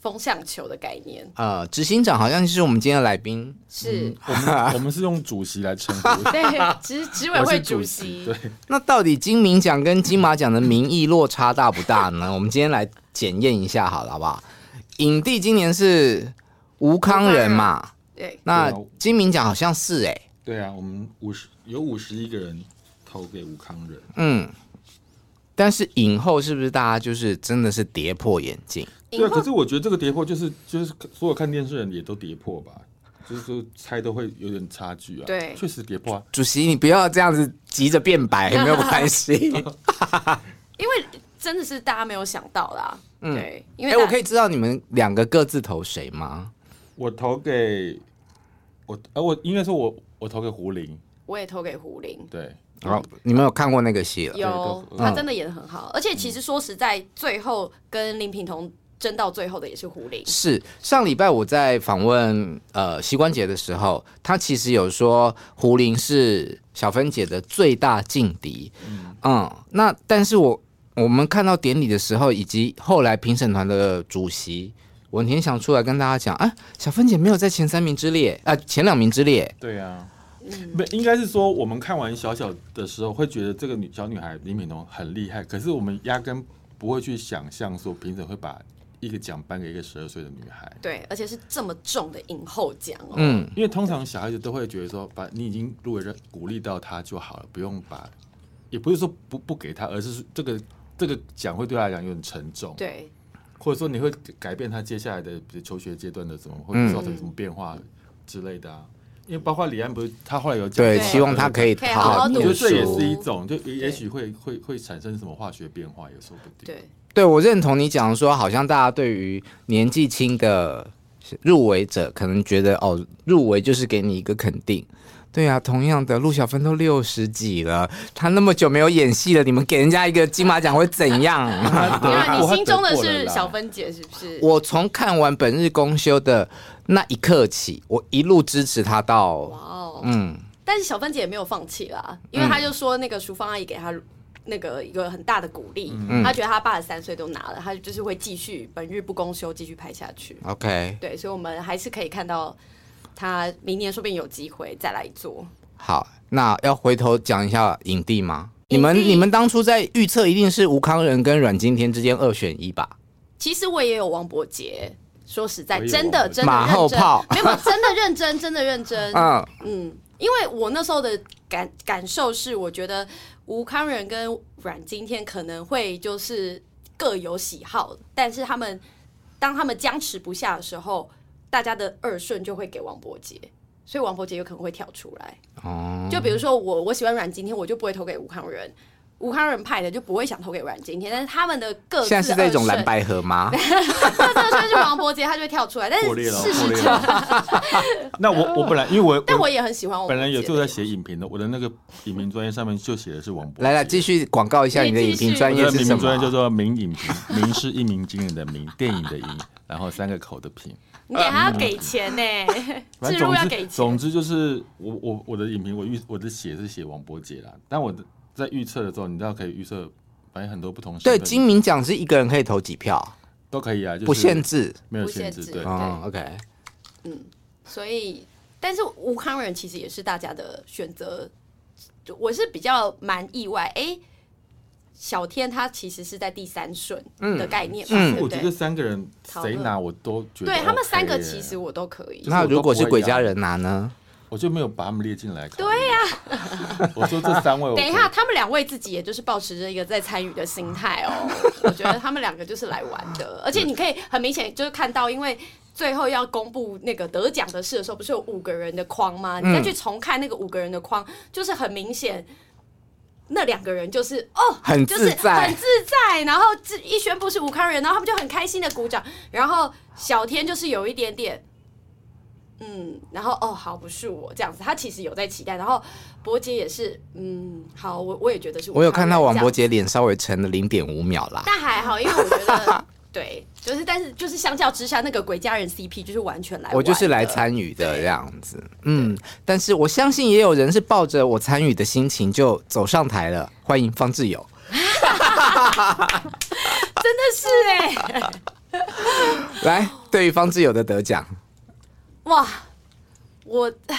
[SPEAKER 2] 风向球的概念，
[SPEAKER 1] 呃，执行长好像是我们今天的来宾，嗯
[SPEAKER 2] 是、
[SPEAKER 3] 我 们我们是用主席来称呼，
[SPEAKER 2] 对执执委
[SPEAKER 3] 我
[SPEAKER 2] 会
[SPEAKER 3] 是主
[SPEAKER 2] 席，
[SPEAKER 3] 对，
[SPEAKER 1] 那到底金明奖跟金马奖的名义落差大不大呢？我们今天来检验一下好了，好不好？影帝今年是吴康仁嘛？
[SPEAKER 2] 对
[SPEAKER 1] 那
[SPEAKER 3] 对啊
[SPEAKER 1] 金明奖好像是哎、
[SPEAKER 3] 对啊，我们五十有五十一个人投给吴康仁，
[SPEAKER 1] 嗯。但是影后是不是大家就是真的是跌破眼镜？
[SPEAKER 2] 影
[SPEAKER 3] 对啊，
[SPEAKER 2] 后
[SPEAKER 3] 可是我觉得这个跌破就是就是所有看电视人也都跌破吧，就是说猜都会有点差距啊。
[SPEAKER 2] 对
[SPEAKER 3] 确实跌破啊。
[SPEAKER 1] 主席，你不要这样子急着变白，没有关系。
[SPEAKER 2] 因为真的是大家没有想到啦，
[SPEAKER 3] 嗯
[SPEAKER 2] 对，因
[SPEAKER 1] 哎、
[SPEAKER 2] 为大
[SPEAKER 1] 我可以知道你们两个各自投谁吗？
[SPEAKER 3] 我投给我，呃，我应该说我我投给胡林，
[SPEAKER 2] 我也投给胡林。
[SPEAKER 3] 对，
[SPEAKER 1] 然后你们有看过那个戏了？
[SPEAKER 2] 有
[SPEAKER 3] 啊对，都
[SPEAKER 2] 他真的演的很好，而且其实说实在，最后跟林品彤争到最后的也是胡林，
[SPEAKER 1] 是上礼拜我在访问呃膝关节的时候，他其实有说胡林是小芬姐的最大劲敌，嗯，那但是我我们看到典礼的时候，以及后来评审团的主席文天祥出来跟大家讲，啊，小芬姐没有在前三名之列，啊、前两名之列，
[SPEAKER 3] 对啊。
[SPEAKER 2] 嗯
[SPEAKER 3] 没，应该是说我们看完小小的时候，会觉得这个女小女孩林敏彤很厉害，可是我们压根不会去想象说评审会把一个奖颁给一个十二岁的女孩。
[SPEAKER 2] 对，而且是这么重的影后奖哦，
[SPEAKER 1] 嗯，
[SPEAKER 3] 因为通常小孩子都会觉得说，把你已经如果让鼓励到他就好了，不用把，也不是说不不给他，而是这个这个奖会对他来讲有点沉重，，
[SPEAKER 2] 对，
[SPEAKER 3] 或者说你会改变他接下来的比如求学阶段的什么，或
[SPEAKER 1] 嗯
[SPEAKER 3] 者造成什么变化之类的啊。因为包括李安不是他后来有讲，
[SPEAKER 1] 对，
[SPEAKER 2] 对
[SPEAKER 1] 希望他可以
[SPEAKER 2] 可以
[SPEAKER 1] 好
[SPEAKER 2] 好
[SPEAKER 1] 好
[SPEAKER 2] 好
[SPEAKER 3] 我觉
[SPEAKER 1] 读
[SPEAKER 3] 得
[SPEAKER 2] 读
[SPEAKER 3] 这也
[SPEAKER 1] 书
[SPEAKER 3] 是。一种，就也也许会会会产生什么化学变化，也说不定。
[SPEAKER 2] 对，
[SPEAKER 1] 对，我认同你讲说，好像大家对于年纪轻的入围者，可能觉得哦，入围就是给你一个肯定。对啊，同样的，陆小芬都六十几了，她那么久没有演戏了，你们给人家一个金马奖会怎样？啊
[SPEAKER 3] 他得
[SPEAKER 2] 那
[SPEAKER 3] 过
[SPEAKER 2] 你
[SPEAKER 3] 他
[SPEAKER 2] 心
[SPEAKER 3] 得
[SPEAKER 2] 中的
[SPEAKER 3] 过了
[SPEAKER 2] 是
[SPEAKER 3] 啦
[SPEAKER 2] 小芬姐是不是？
[SPEAKER 1] 我从看完《本日公休》的那一刻起，我一路支持她
[SPEAKER 2] 哇
[SPEAKER 1] 到
[SPEAKER 2] 哦，
[SPEAKER 1] 嗯，
[SPEAKER 2] 但是小芬姐也没有放弃啦，因为她就说那个淑芳阿姨给她那个一个很大的鼓励，
[SPEAKER 1] 嗯
[SPEAKER 2] 她觉得她爸的三岁都拿了，她就是会继续本日不公休，继续拍下去。
[SPEAKER 1] OK，
[SPEAKER 2] 对，所以我们还是可以看到她明年说不定有机会再来做。
[SPEAKER 1] 好，那要回头讲一下影帝吗？你们
[SPEAKER 2] 影帝
[SPEAKER 1] 你们当初在预测一定是吴康仁跟阮经天之间二选一吧？
[SPEAKER 2] 其实我也有王伯杰，说实在，
[SPEAKER 3] 我也有
[SPEAKER 2] 真的
[SPEAKER 3] 王伯杰
[SPEAKER 2] 真的
[SPEAKER 1] 马后
[SPEAKER 2] 认真
[SPEAKER 1] 炮，
[SPEAKER 2] 没有没有真的认真，真的认 真。
[SPEAKER 1] 嗯，
[SPEAKER 2] 嗯，因为我那时候的感感受是，我觉得吴康仁跟阮经天可能会就是各有喜好，但是他们当他们僵持不下的时候，大家的二顺就会给王伯杰，所以王伯杰有可能会跳出来。
[SPEAKER 1] 哦，
[SPEAKER 2] 就比如说我我喜欢阮经天，我就不会投给吴康仁。武康人派的就不会想投给阮经天，但是他们的各自
[SPEAKER 1] 现在是在一种
[SPEAKER 2] 二
[SPEAKER 1] 蓝
[SPEAKER 2] 胜
[SPEAKER 1] 白河 吗？
[SPEAKER 2] 那这个圈是王伯杰，他就会跳出来。但
[SPEAKER 3] 破裂
[SPEAKER 2] 是
[SPEAKER 3] 了
[SPEAKER 2] 事
[SPEAKER 3] 破
[SPEAKER 2] 实
[SPEAKER 3] 裂
[SPEAKER 2] 上，
[SPEAKER 3] 那我我本来因为我
[SPEAKER 2] 哦但我也很喜欢王伯
[SPEAKER 3] 本
[SPEAKER 2] 杰。
[SPEAKER 3] 来有时候在写影评的，我的那个影评专业上面就写的是王博。
[SPEAKER 1] 来来，继续广告一下你的
[SPEAKER 2] 你
[SPEAKER 1] 影
[SPEAKER 2] 继续
[SPEAKER 1] 评专
[SPEAKER 3] 我
[SPEAKER 1] 业
[SPEAKER 3] 的
[SPEAKER 1] 是
[SPEAKER 3] 影
[SPEAKER 1] 什
[SPEAKER 3] 评专业叫
[SPEAKER 1] 么？
[SPEAKER 3] 做名影评，名是一鸣惊人的名，电影的影，然后三个口的评。
[SPEAKER 2] 你给他要给钱呢，
[SPEAKER 3] 嗯 反
[SPEAKER 2] 置
[SPEAKER 3] 正
[SPEAKER 2] 入
[SPEAKER 3] 总
[SPEAKER 2] 要
[SPEAKER 3] 之，
[SPEAKER 2] 给钱
[SPEAKER 3] 总。之就是我我我的影评，我预我的写是写王伯杰啦，但我的在预测的时候，你知道可以预测，反正很多不同身
[SPEAKER 1] 对，
[SPEAKER 3] 份
[SPEAKER 1] 金明奖是一个人可以投几票，
[SPEAKER 3] 都可以啊，就是
[SPEAKER 1] 不限，制。
[SPEAKER 3] 没有
[SPEAKER 2] 不限
[SPEAKER 3] 限制，
[SPEAKER 2] 制
[SPEAKER 3] 对
[SPEAKER 2] 对。
[SPEAKER 1] 嗯，OK，
[SPEAKER 2] 所以，但是吴康人其实也是大家的选择，就我是比较蛮意外。哎、小天他其实是在第三顺的概念嘛，
[SPEAKER 1] 嗯
[SPEAKER 2] 对
[SPEAKER 3] 我
[SPEAKER 2] 不
[SPEAKER 3] 觉
[SPEAKER 2] 对？
[SPEAKER 3] 得三个人
[SPEAKER 2] 讨
[SPEAKER 3] 谁
[SPEAKER 2] 论
[SPEAKER 3] 拿我都觉得 OK 耶、
[SPEAKER 2] 对他们三个其实我都可以
[SPEAKER 3] 就。
[SPEAKER 1] 那
[SPEAKER 3] 我都
[SPEAKER 1] 如果
[SPEAKER 3] 不
[SPEAKER 1] 是
[SPEAKER 3] 会
[SPEAKER 1] 鬼
[SPEAKER 3] 养
[SPEAKER 1] 家人拿呢？
[SPEAKER 3] 我就没有把他们列进来。对呀、我说这三位我，
[SPEAKER 2] 等一下，，他们两位自己也就是保持着一个在参与的心态哦。我觉得他们两个就是来玩 的，而且你可以很明显就是看到，因为最后要公布那个得奖的事的时候，不是有五个人的框吗？
[SPEAKER 1] 嗯
[SPEAKER 2] 你再去重看那个五个人的框，就是很明显。那两个人就是哦，
[SPEAKER 1] 很
[SPEAKER 2] 就是
[SPEAKER 1] 自在
[SPEAKER 2] 很自在，然后自一宣布是武康人，然后他们就很开心的鼓掌，然后小天就是有一点点，嗯，然后哦，好，不是我这样子，他其实有在期待，然后伯杰也是，嗯，好，我我也觉得是，
[SPEAKER 3] 啊
[SPEAKER 1] 我有看到王伯，杰脸稍微沉了零点五秒啦。
[SPEAKER 2] 但还好，因为我觉得 对，就是但是就是相较之下，那个鬼家人 CP 就是完全来玩的，
[SPEAKER 1] 我就是来参与的这样子，嗯，但是我相信也有人是抱着我参与的心情就走上台了。欢迎方志友，
[SPEAKER 2] 真的是哎、
[SPEAKER 1] 来，对于方志友的得奖，
[SPEAKER 2] 哇，我呃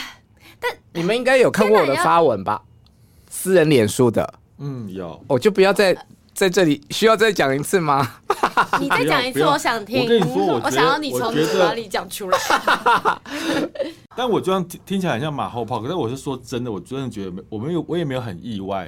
[SPEAKER 1] 你们应该有看过我的发文吧？私人脸书的，
[SPEAKER 3] 嗯，有。
[SPEAKER 1] 我哦就不要再在这里需要再讲一次吗？
[SPEAKER 2] 你再讲一
[SPEAKER 3] 不
[SPEAKER 2] 次，
[SPEAKER 3] 要
[SPEAKER 2] 我想听，嗯
[SPEAKER 3] 我跟你说我觉得
[SPEAKER 2] 我想要你从
[SPEAKER 3] 我觉得
[SPEAKER 2] 嘴巴里讲出来，
[SPEAKER 3] 但我这样听听起来很像马后炮，可是我是说真的，我真的觉得没，我没有，我也没有很意外，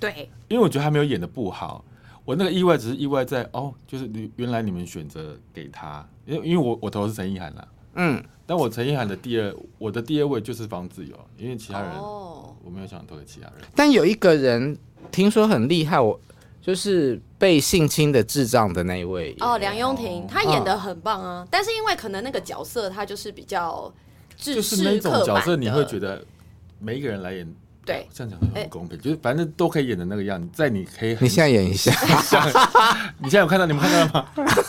[SPEAKER 2] 对，
[SPEAKER 3] 因为我觉得他没有演的不好。我那个意外只是意外在哦，就是你原来你们选择给他，因为因为我我投的是陈意涵啦，
[SPEAKER 1] 嗯，
[SPEAKER 3] 但我陈意涵的第二，我的第二位就是方志友，因为其他人、
[SPEAKER 2] 哦，
[SPEAKER 3] 我没有想投给其他人。
[SPEAKER 1] 但有一个人听说很厉害，我就是被性侵的智障的那一位
[SPEAKER 2] 哦，梁咏婷，她演的很棒啊，但是因为可能那个角色她就是比较
[SPEAKER 3] 就
[SPEAKER 2] 制
[SPEAKER 3] 是那
[SPEAKER 2] 式
[SPEAKER 3] 种
[SPEAKER 2] 刻板
[SPEAKER 3] 角色，你会觉
[SPEAKER 2] 得
[SPEAKER 3] 得每一个人来演，
[SPEAKER 2] 对
[SPEAKER 3] 这样讲很不公平，就是反正都可以演的那个样子，在你可以很，
[SPEAKER 1] 你现在演一下，
[SPEAKER 3] 你现在有看到你们看到了吗？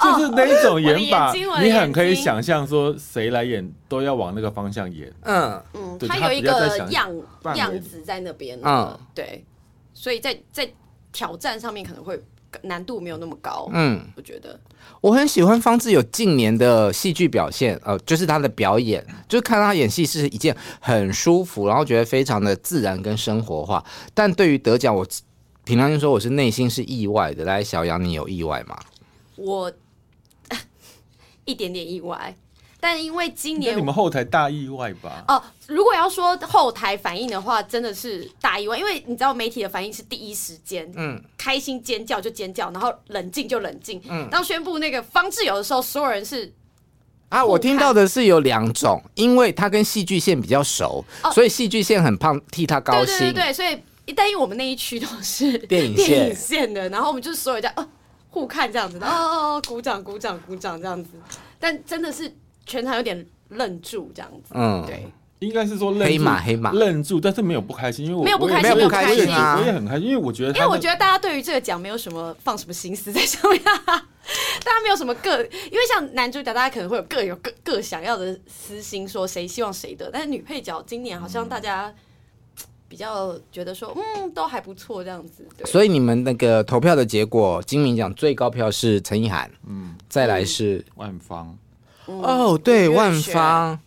[SPEAKER 3] 就是那种演法，
[SPEAKER 2] 哦我的眼睛我的
[SPEAKER 3] 你很可以
[SPEAKER 2] 眼睛
[SPEAKER 3] 想象说谁来演都要往那个方向演，
[SPEAKER 1] 嗯，
[SPEAKER 2] 嗯，
[SPEAKER 3] 对
[SPEAKER 2] 她
[SPEAKER 3] 她
[SPEAKER 2] 有一
[SPEAKER 3] 比较在
[SPEAKER 2] 个
[SPEAKER 3] 想
[SPEAKER 2] 样
[SPEAKER 3] 范围啊
[SPEAKER 2] 样子在那边
[SPEAKER 1] 嗯
[SPEAKER 2] 的，对，所以在在挑战上面可能会难度没有那么高，
[SPEAKER 1] 嗯，
[SPEAKER 2] 我觉得
[SPEAKER 1] 我很喜欢方志友近年的戏剧表现，呃，就是他的表演，就是看他演戏是一件很舒服，然后觉得非常的自然跟生活化。但对于得奖，我平常就说我是内心是意外的。来，小杨，你有意外吗？
[SPEAKER 2] 我 一点点意外，但因为今
[SPEAKER 3] 那
[SPEAKER 2] 年
[SPEAKER 3] 你们后台大意外吧？
[SPEAKER 2] 哦，如果要说后台反应的话，真的是大意外，因为你知道媒体的反应是第一时间，嗯，开心尖叫就尖叫，然后冷静就冷静。嗯，当宣布那个方志友的时候，所有人是
[SPEAKER 1] 啊，
[SPEAKER 2] 互看
[SPEAKER 1] 我听到的是有两种，因为他跟戏剧线比较熟，
[SPEAKER 2] 哦
[SPEAKER 1] 所以戏剧线很胖，替他高
[SPEAKER 2] 对对
[SPEAKER 1] 兴。
[SPEAKER 2] 对对，所以但因为我们那一区都是
[SPEAKER 1] 电影线
[SPEAKER 2] 线的，然后我们就是所有人在哦、互看这样子，然后哦哦哦鼓掌鼓掌鼓掌这样子，但真的是全场有点愣住这样子，
[SPEAKER 1] 嗯，
[SPEAKER 2] 对。
[SPEAKER 3] 应该是说愣住
[SPEAKER 1] 黑马黑马
[SPEAKER 3] 愣住，但是没有不开心，因为我
[SPEAKER 2] 没有不开
[SPEAKER 1] 心
[SPEAKER 3] 我也
[SPEAKER 1] 没有不开心啊
[SPEAKER 3] 我也很开心，因为我觉得
[SPEAKER 2] 因
[SPEAKER 3] 他
[SPEAKER 2] 为
[SPEAKER 3] 们
[SPEAKER 2] 我觉得大家对于这个奖没有什么放什么心思在上面、 大家没有什么各，因为像男主角，大家可能会有各有各各想要的私心，说谁希望谁得。但是女配角今年好像大家嘖比较觉得说，嗯，都还不错这样子。对，
[SPEAKER 1] 所以你们那个投票的结果，金明奖最高票是陈意涵，嗯，再来是、
[SPEAKER 3] 万芳。
[SPEAKER 1] 哦，对，
[SPEAKER 2] 五嗯月
[SPEAKER 1] 万
[SPEAKER 2] 雪
[SPEAKER 1] 芳。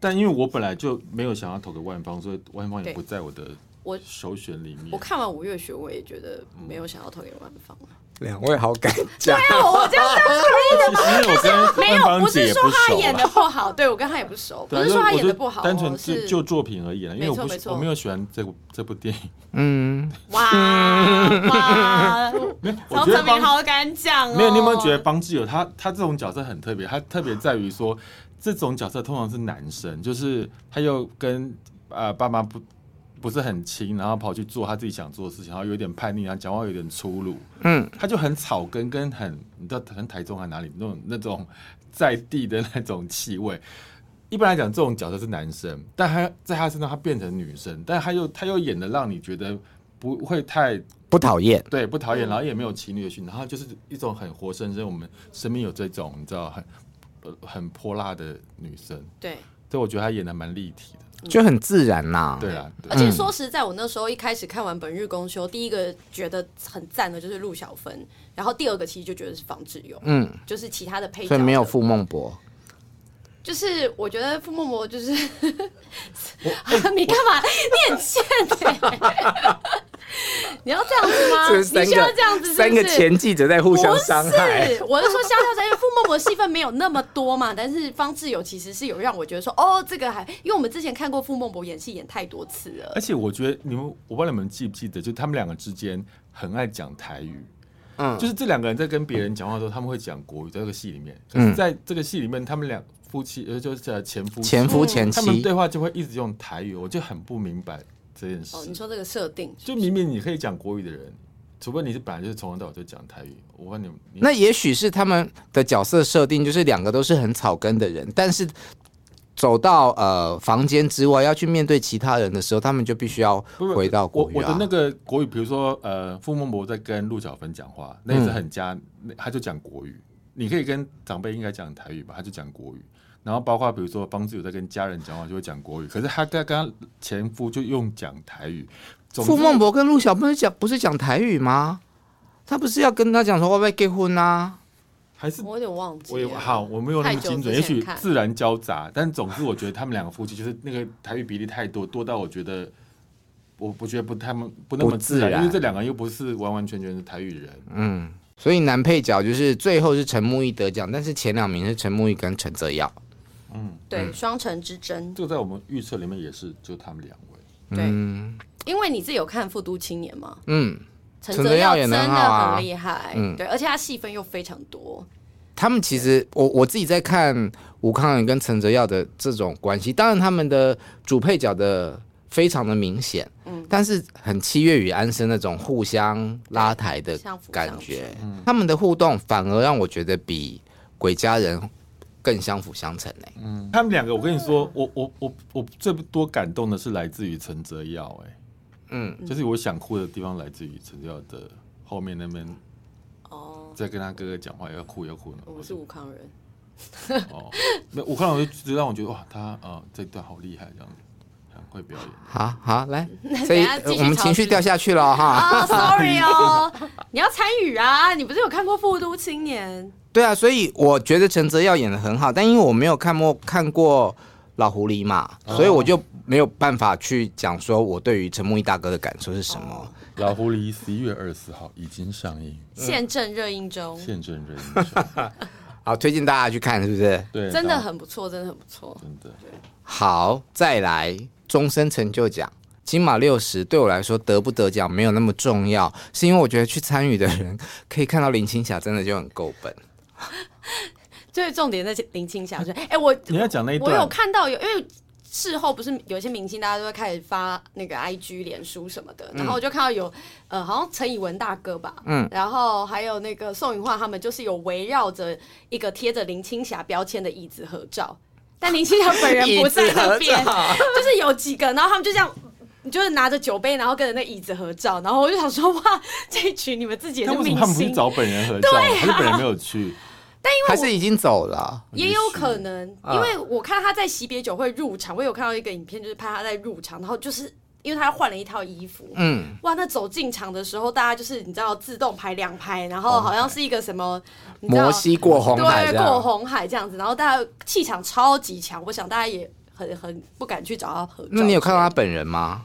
[SPEAKER 3] 但因为我本来就没有想要投给万芳，所以万芳也
[SPEAKER 2] 对
[SPEAKER 3] 不在我的
[SPEAKER 2] 我
[SPEAKER 3] 首选里面
[SPEAKER 2] 我。看完五月雪，我也觉得没有想要投给万芳。
[SPEAKER 1] 两位好敢讲，
[SPEAKER 2] 哦我这样
[SPEAKER 3] 其实我跟
[SPEAKER 2] 没
[SPEAKER 3] 万
[SPEAKER 2] 有，
[SPEAKER 3] 芳
[SPEAKER 2] 不
[SPEAKER 3] 姐
[SPEAKER 2] 是
[SPEAKER 3] 也
[SPEAKER 2] 说他
[SPEAKER 3] 熟啊
[SPEAKER 2] 演
[SPEAKER 3] 啦
[SPEAKER 2] 的不好，对我跟他也不熟，不
[SPEAKER 3] 对啊
[SPEAKER 2] 是说他
[SPEAKER 3] 就
[SPEAKER 2] 演
[SPEAKER 3] 我
[SPEAKER 2] 的
[SPEAKER 3] 就
[SPEAKER 2] 不好哦，
[SPEAKER 3] 单纯就就是作品而已啊啦，因为
[SPEAKER 2] 没
[SPEAKER 3] 我
[SPEAKER 2] 错
[SPEAKER 3] 不
[SPEAKER 2] 没
[SPEAKER 3] 喜
[SPEAKER 2] 错
[SPEAKER 3] 我没有喜欢这部这部电影，
[SPEAKER 1] 嗯，
[SPEAKER 2] 哇哇，
[SPEAKER 3] 我
[SPEAKER 2] 曹
[SPEAKER 3] 觉得
[SPEAKER 2] 泽
[SPEAKER 3] 方
[SPEAKER 2] 明好敢讲哦。
[SPEAKER 3] 没有，你有没有觉得方志友他他这种角色很特别？他特别在于说，这种角色通常是男生，就是他又跟呃爸妈不不是很亲，然后跑去做他自己想做的事情，然后有点叛逆，然啊后讲话有点粗鲁，
[SPEAKER 1] 嗯，
[SPEAKER 3] 他就很草根，跟很你知道，很台中还啊哪里那种那种在地的那种气味。一般来讲，这种角色是男生，但他在他身上他变成女生，但他又他又演的让你觉得不会太
[SPEAKER 1] 不讨厌，
[SPEAKER 3] 对，不讨厌，
[SPEAKER 1] 嗯
[SPEAKER 3] 然后也没有情侣的讯，然后就是一种很活生生，我们身边有这种你知道很呃很泼辣的女生，
[SPEAKER 2] 对。
[SPEAKER 3] 所以我觉得她演的蛮立体的。
[SPEAKER 1] 就很自然啦、
[SPEAKER 3] 对啊，对
[SPEAKER 2] 而且说实在，我那时候一开始看完《本日公休》，第一个觉得很赞的就是陆小芬，然后第二个其实就觉得是房志勇，
[SPEAKER 1] 嗯，
[SPEAKER 2] 就是其他的配角
[SPEAKER 1] 所
[SPEAKER 2] 的。
[SPEAKER 1] 以没有傅孟博，
[SPEAKER 2] 就是我觉得傅默默就是，
[SPEAKER 3] 哎
[SPEAKER 2] 啊你干嘛？你很欠欸 你要这样子 吗？啊你需要这样子是不是，
[SPEAKER 1] 三个前记者在互相伤害
[SPEAKER 3] 欸
[SPEAKER 2] 不，是，我是说萧萧在，因为傅默默戏份没有那么多嘛，但是方志友其实是有让我觉得说，哦，这个还，因为我们之前看过傅默默演戏演太多次了
[SPEAKER 3] 而，且我觉得你们，我不知道你们记不记得，就他们两个之间很爱讲台语，
[SPEAKER 1] 嗯，
[SPEAKER 3] 就是这两个人在跟别人讲话的时候，他们会讲国语，在这个戏里面。
[SPEAKER 1] 嗯
[SPEAKER 3] 可是在这个戏里面，他们两夫妻，呃，就是呃前夫妻
[SPEAKER 1] 前夫前
[SPEAKER 3] 他们
[SPEAKER 1] 妻
[SPEAKER 3] 对，话就会一直用台语，我就很不明白这件事。
[SPEAKER 2] 哦，你说这个设定，
[SPEAKER 3] 就明明你可以讲国语的人，除非你是本来就是从头到尾就讲台语。我问你，你
[SPEAKER 1] 那也许是他们的角色设定就是两个都是很草根的人，但是。走到呃房间之外，要去面对其他人的时候，他们就必须要
[SPEAKER 3] 不是
[SPEAKER 1] 回到国
[SPEAKER 3] 我
[SPEAKER 1] 语、啊、
[SPEAKER 3] 我的那个国语，比如说呃，傅孟博在跟陆小芬讲话，那也
[SPEAKER 1] 嗯
[SPEAKER 3] 是很加，那他就讲国语。你可以跟长辈应该讲台语吧，他就讲国语。然后包括比如说方志友在跟家人讲话就会讲国语，可是他跟跟他前夫就用讲台语。总之
[SPEAKER 1] 傅孟博跟陆小不是讲不是讲台语吗？他不是要跟他讲说会不会结婚啊？
[SPEAKER 3] 还是
[SPEAKER 2] 我有点忘记
[SPEAKER 3] 我也
[SPEAKER 2] 了。
[SPEAKER 3] 好，我没有那么精准，
[SPEAKER 2] 太久之
[SPEAKER 3] 也
[SPEAKER 2] 前
[SPEAKER 3] 许
[SPEAKER 2] 看
[SPEAKER 3] 自然交杂，但总之我觉得他们两个夫妻就是那个台语比例太多，多到我觉得我不觉得不他们不那
[SPEAKER 1] 不
[SPEAKER 3] 么
[SPEAKER 1] 自
[SPEAKER 3] 自然，
[SPEAKER 1] 然
[SPEAKER 3] 因为这两个人又不是完完全全的台语人。
[SPEAKER 1] 嗯，所以男配角就是最后是陈木易得奖，但是前两名是陈木易跟陈泽耀。
[SPEAKER 2] 对，双城之争，
[SPEAKER 3] 这个在我们预测里面也是，就他们两位。
[SPEAKER 2] 对，因为你自己有看《复都青年》吗？
[SPEAKER 1] 嗯，
[SPEAKER 2] 陈
[SPEAKER 1] 陈
[SPEAKER 2] 泽
[SPEAKER 1] 泽耀
[SPEAKER 2] 耀
[SPEAKER 1] 也
[SPEAKER 2] 真
[SPEAKER 1] 很
[SPEAKER 2] 的
[SPEAKER 1] 好啊
[SPEAKER 2] 很厉害，
[SPEAKER 1] 嗯
[SPEAKER 2] 对，而且他戏份又非常多，
[SPEAKER 1] 他们其实我我自己在看吴康仁跟陈泽耀的这种关系，当然他们的主配角的非常的明显，嗯，但是很七月与安生那种互相拉抬的
[SPEAKER 2] 相辅
[SPEAKER 1] 感
[SPEAKER 2] 相
[SPEAKER 1] 觉
[SPEAKER 2] 成，
[SPEAKER 1] 他们的互动反而让我觉得比鬼家人更相辅相成呢、欸
[SPEAKER 3] 他们两个，我跟你
[SPEAKER 2] 嗯
[SPEAKER 3] 说，我我我我最多感动的是来自于陈泽耀、哎，
[SPEAKER 1] 嗯，
[SPEAKER 3] 就是我想哭的地方来自于陈泽耀的后面那边，
[SPEAKER 2] 哦，
[SPEAKER 3] 在跟他哥哥讲话要哭要哭呢。
[SPEAKER 2] 我是吴康仁，
[SPEAKER 3] 哦，那我看到我就直让我觉得哇，他啊、呃这段好厉害，这样子很会表演。
[SPEAKER 1] 好好来，所
[SPEAKER 2] 等
[SPEAKER 1] 以
[SPEAKER 2] 一下
[SPEAKER 1] 呃
[SPEAKER 2] 继续
[SPEAKER 1] 我们
[SPEAKER 2] 朝
[SPEAKER 1] 情绪
[SPEAKER 2] 这
[SPEAKER 1] 掉下去了 哈。
[SPEAKER 2] 啊、s o r r y 哦， 你要参与啊！你不是有看过《复都青年
[SPEAKER 1] 对啊，所以我觉得陈泽耀演的很好，但因为我没有看过看过老狐狸嘛，
[SPEAKER 2] 哦
[SPEAKER 1] 所以我就没有办法去讲说我对于陈木易大哥的感受是什
[SPEAKER 2] 哦
[SPEAKER 1] 么。
[SPEAKER 3] 老狐狸十一月二十四号已经上映，》
[SPEAKER 2] 现正热映中，
[SPEAKER 3] 现正人 生，
[SPEAKER 1] 好，推荐大家去看，是不是？
[SPEAKER 3] 对，
[SPEAKER 2] 真的
[SPEAKER 3] 然后
[SPEAKER 2] 很不错，真的很不错。
[SPEAKER 3] 真的。
[SPEAKER 1] 好，再来终身成就奖。金马六十对我来说得不得奖没有那么重要，是因为我觉得去参与的人可以看到林青霞真的就很够本。
[SPEAKER 2] 最重点在林青霞，就是哎、我
[SPEAKER 3] 你要讲那一
[SPEAKER 2] 我有
[SPEAKER 3] 段，
[SPEAKER 2] 看到有，因为事后不是有一些明星，大家都会开始发那个 IG、脸书什么的，
[SPEAKER 3] 嗯
[SPEAKER 2] 然后我就看到有呃，好像陈以文大哥吧，
[SPEAKER 1] 嗯
[SPEAKER 2] 嗯，然后还有那个宋云桦他们，就是有围绕着一个贴着林青霞标签的椅子合照，但林青霞本 人
[SPEAKER 1] 椅
[SPEAKER 2] 不
[SPEAKER 1] 子
[SPEAKER 2] 在那
[SPEAKER 1] 合
[SPEAKER 2] 边，
[SPEAKER 1] 照
[SPEAKER 2] 就是有几个，然后他们就这样。就是拿着酒杯，然后跟着那椅子合照，然后我就想说，哇，这一群你们自己也是
[SPEAKER 3] 但为什
[SPEAKER 2] 明
[SPEAKER 3] 么他们不去
[SPEAKER 2] 星，啊
[SPEAKER 3] 找本人合照？还是本人没有 去？
[SPEAKER 1] 还是已经走了？
[SPEAKER 2] 也有可能，
[SPEAKER 1] 哦啊
[SPEAKER 2] 因为我看他在惜别酒会入场，我有看到一个影片，就是拍他在入场，然后就是因为他换了一套衣服，
[SPEAKER 1] 嗯，
[SPEAKER 2] 哇，那走进场的时候，大家就是你知道自动排两排，然后好像是一个什么你知道
[SPEAKER 1] 哦摩西过红海这
[SPEAKER 2] 对，过
[SPEAKER 1] 样。
[SPEAKER 2] 红海这样子，然后大家气场超级强，我想大家也很很不敢去找他合照。
[SPEAKER 1] 那你有看到他？本人吗？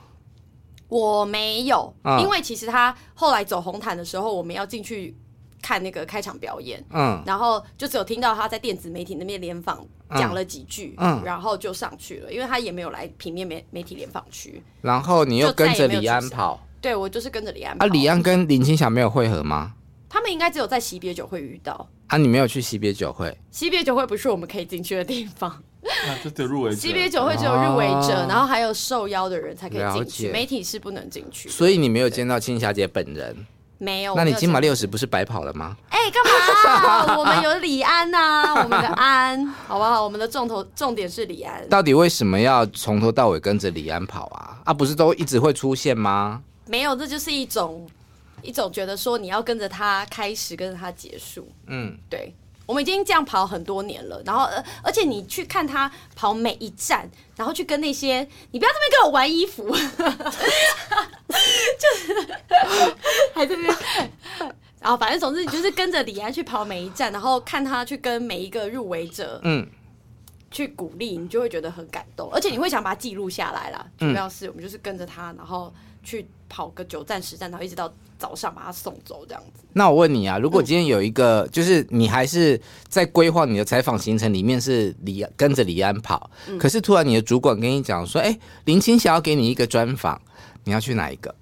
[SPEAKER 2] 我没有，
[SPEAKER 1] 啊
[SPEAKER 2] 因为其实他后来走红毯的时候，我们要进去看那个开场表演，
[SPEAKER 1] 嗯，
[SPEAKER 2] 然后就只有听到他在电子媒体那边联访讲了几句，
[SPEAKER 1] 嗯
[SPEAKER 2] 然后就上去了，因为他也没有来平面媒媒体联访区。
[SPEAKER 1] 然后你又跟着李安
[SPEAKER 2] 就再也没
[SPEAKER 1] 跑
[SPEAKER 2] 对我哦就是跟着李安跑
[SPEAKER 1] 啊？李安跟林青霞没有会合吗？
[SPEAKER 2] 他们应该只有在惜别酒会遇到，
[SPEAKER 1] 啊，你没有去惜别酒会，
[SPEAKER 2] 惜别酒会不是我们可以进去的地方，
[SPEAKER 3] 那这啊只有入围者
[SPEAKER 2] 级别酒会只有入围者，
[SPEAKER 1] 哦
[SPEAKER 2] 然后还有受邀的人才可以
[SPEAKER 1] 了
[SPEAKER 2] 进
[SPEAKER 1] 解
[SPEAKER 2] 去，媒体是不能进去的。
[SPEAKER 1] 所以你没有见到青霞姐本人，
[SPEAKER 2] 没有，
[SPEAKER 1] 那
[SPEAKER 2] 哦没
[SPEAKER 1] 你
[SPEAKER 2] 有
[SPEAKER 1] 金马
[SPEAKER 2] 进
[SPEAKER 1] 六十不是白跑了吗？
[SPEAKER 2] 哎，干嘛？啊 我们有李安呐、我们的安，好不好？我们的重头重点是李安，
[SPEAKER 1] 到底为什么要从头到尾跟着李安跑啊？啊，不是都一直会出现吗？
[SPEAKER 2] 没有，这就是一种一种觉得说你要跟着他开始，跟着他结束。
[SPEAKER 1] 嗯，
[SPEAKER 2] 对，我们已经这样跑很多年了，然后呃，而且你去看他跑每一站，然后去跟那些，你不要这边跟我玩衣服， 就是还在那边。然后反正总之，你就是跟着李安去跑每一站，然后看他去跟每一个入围者，
[SPEAKER 1] 嗯，
[SPEAKER 2] 去鼓励，你就会觉得很感动，而且你会想把它记录下来啦。主要是我们就是跟着他，然后去跑个九站十站，然后一直到早上把他送走这样子。
[SPEAKER 1] 那我问你啊，如
[SPEAKER 2] 嗯
[SPEAKER 1] 果今天有一个，就是你还是在规划你的采访行程里面是李跟着李安跑，
[SPEAKER 2] 嗯
[SPEAKER 1] 可是突然你的主管跟你讲说，哎、林青霞要给你一个专访，你要去哪一个？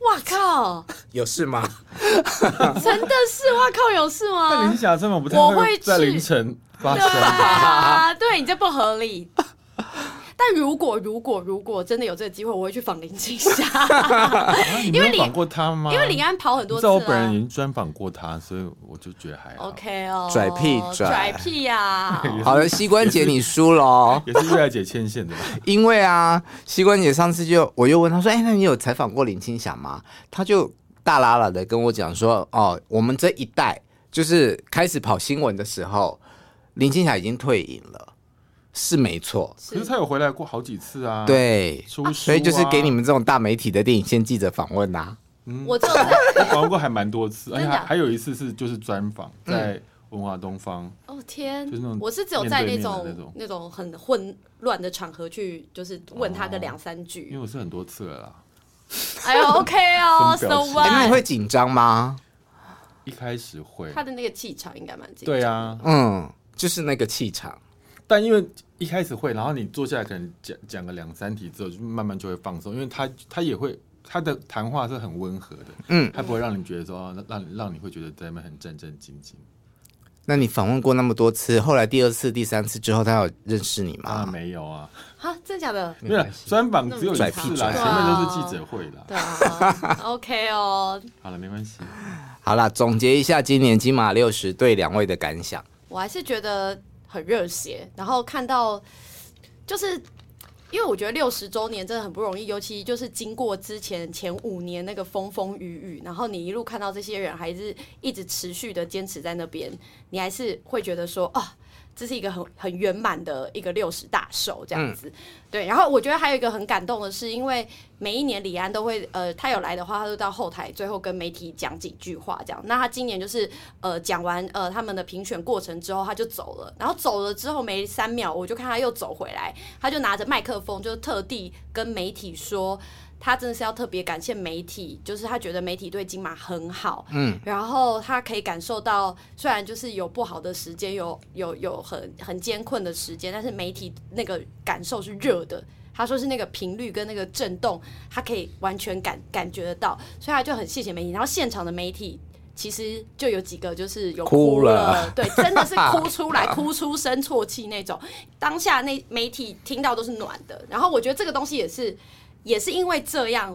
[SPEAKER 2] 哇靠！
[SPEAKER 1] 有事吗？
[SPEAKER 2] 真的是哇靠，有事
[SPEAKER 3] 但林
[SPEAKER 2] 吗？
[SPEAKER 3] 霞这种不太
[SPEAKER 2] 我会
[SPEAKER 3] 在
[SPEAKER 2] 去
[SPEAKER 3] 凌晨发
[SPEAKER 2] 对
[SPEAKER 3] 生吧。
[SPEAKER 2] 啊，对你这不合理。但如果如果如果真的有这个机会，我会去访林青 霞，
[SPEAKER 3] 啊你没
[SPEAKER 2] 因为
[SPEAKER 3] 有
[SPEAKER 2] 李
[SPEAKER 3] 访过他吗？
[SPEAKER 2] 因为李安跑很
[SPEAKER 3] 你
[SPEAKER 2] 多
[SPEAKER 3] 知
[SPEAKER 2] 次啊了、
[SPEAKER 3] 道我本人已经专访过他，所以我就觉得还好。
[SPEAKER 2] OK 哦，
[SPEAKER 1] 拽屁
[SPEAKER 3] 啊
[SPEAKER 1] 拽
[SPEAKER 2] 拽屁啊呀、
[SPEAKER 1] 好了，膝关节你输了哦，
[SPEAKER 3] 也是月儿姐牵线 的吧？
[SPEAKER 1] 因为啊，膝关节上次就我又问他说，哎、那你有采访过林青霞吗？他就大喇喇的跟我讲说，哦，我们这一代就是开始跑新闻的时候，林青霞已经退隐了，是没错，
[SPEAKER 3] 可是他有回来过好几次啊。，
[SPEAKER 1] 对，
[SPEAKER 3] 出书啊
[SPEAKER 1] 所以就是给你们这种大媒体的电影线记者访问啊，
[SPEAKER 2] 我就
[SPEAKER 3] 我访问过还蛮 多次，而且
[SPEAKER 2] 真的
[SPEAKER 3] 还
[SPEAKER 2] 啊
[SPEAKER 3] 还有一次是就是专访
[SPEAKER 1] 嗯
[SPEAKER 3] 在文华东方，
[SPEAKER 2] 哦天
[SPEAKER 3] 就是那种，
[SPEAKER 2] 我是只有在那种
[SPEAKER 3] 面对面的那种
[SPEAKER 2] 那种很混乱的场合去，就是问他个两三
[SPEAKER 3] 因为
[SPEAKER 2] 句。
[SPEAKER 3] 我是很多次了啦。
[SPEAKER 2] 哎呦，OK 哦
[SPEAKER 3] 什
[SPEAKER 2] ，So
[SPEAKER 3] 么表情
[SPEAKER 1] 哎、那你
[SPEAKER 2] what？
[SPEAKER 1] 会紧张吗？
[SPEAKER 3] 一开始会
[SPEAKER 2] 他，的那个气场应该蛮紧。
[SPEAKER 3] 对，啊，
[SPEAKER 1] 嗯，就是那个气场，
[SPEAKER 3] 但因为一开始会，然后你坐下来可能讲讲个两三题之后，就慢慢就会放松，因为他他也会。他的谈话是很温和的，
[SPEAKER 1] 嗯
[SPEAKER 3] 他不会让你觉得说，让让让你会觉得在那边很战战兢兢。
[SPEAKER 1] 那你访问过那么多次，后来第二次、第三次之后，他有认识你
[SPEAKER 3] 当
[SPEAKER 1] 吗？
[SPEAKER 3] 然没有啊，
[SPEAKER 2] 啊，真假的？
[SPEAKER 3] 没有啦专访只有一次
[SPEAKER 1] 拽
[SPEAKER 3] 啦，
[SPEAKER 1] 屁
[SPEAKER 3] 前
[SPEAKER 1] 拽
[SPEAKER 3] 面都是记者会啦。
[SPEAKER 2] 对啊，OK 哦，
[SPEAKER 3] 好了，没关系。
[SPEAKER 1] 好啦，总结一下今年金马六十对两位的感想。
[SPEAKER 2] 我还是觉得很热血，然后看到就是。因为我觉得六十周年真的很不容易，尤其就是经过之前前五年那个风风雨雨，然后你一路看到这些人还是一直持续的坚持在那边，你还是会觉得说啊，这是一个很很圆满的一个六十大寿这样子。对，然后我觉得还有一个很感动的是，因为每一年李安都会，呃，他有来的话，他就到后台最后跟媒体讲几句话这样。那他今年就是，呃，讲完呃他们的评选过程之后，他就走了。然后走了之后没三秒，我就看他又走回来，他就拿着麦克风，就特地跟媒体说。他真的是要特别感谢媒体，就是他觉得媒体对金马很好，嗯，然后他可以感受到，虽然就是有不好的时间，有有有很很艰困的时间，但是媒体那个感受是热的，他说是那个频率跟那个震动，他可以完全感感觉得到，所以他就很谢谢媒体。然后现场的媒体其实就有几个就是有
[SPEAKER 1] 哭了
[SPEAKER 2] 了对，真的是哭出 来，哭出声啜泣那种。当下那媒体听到都是暖的。然后我觉得这个东西也是，也是因为这样，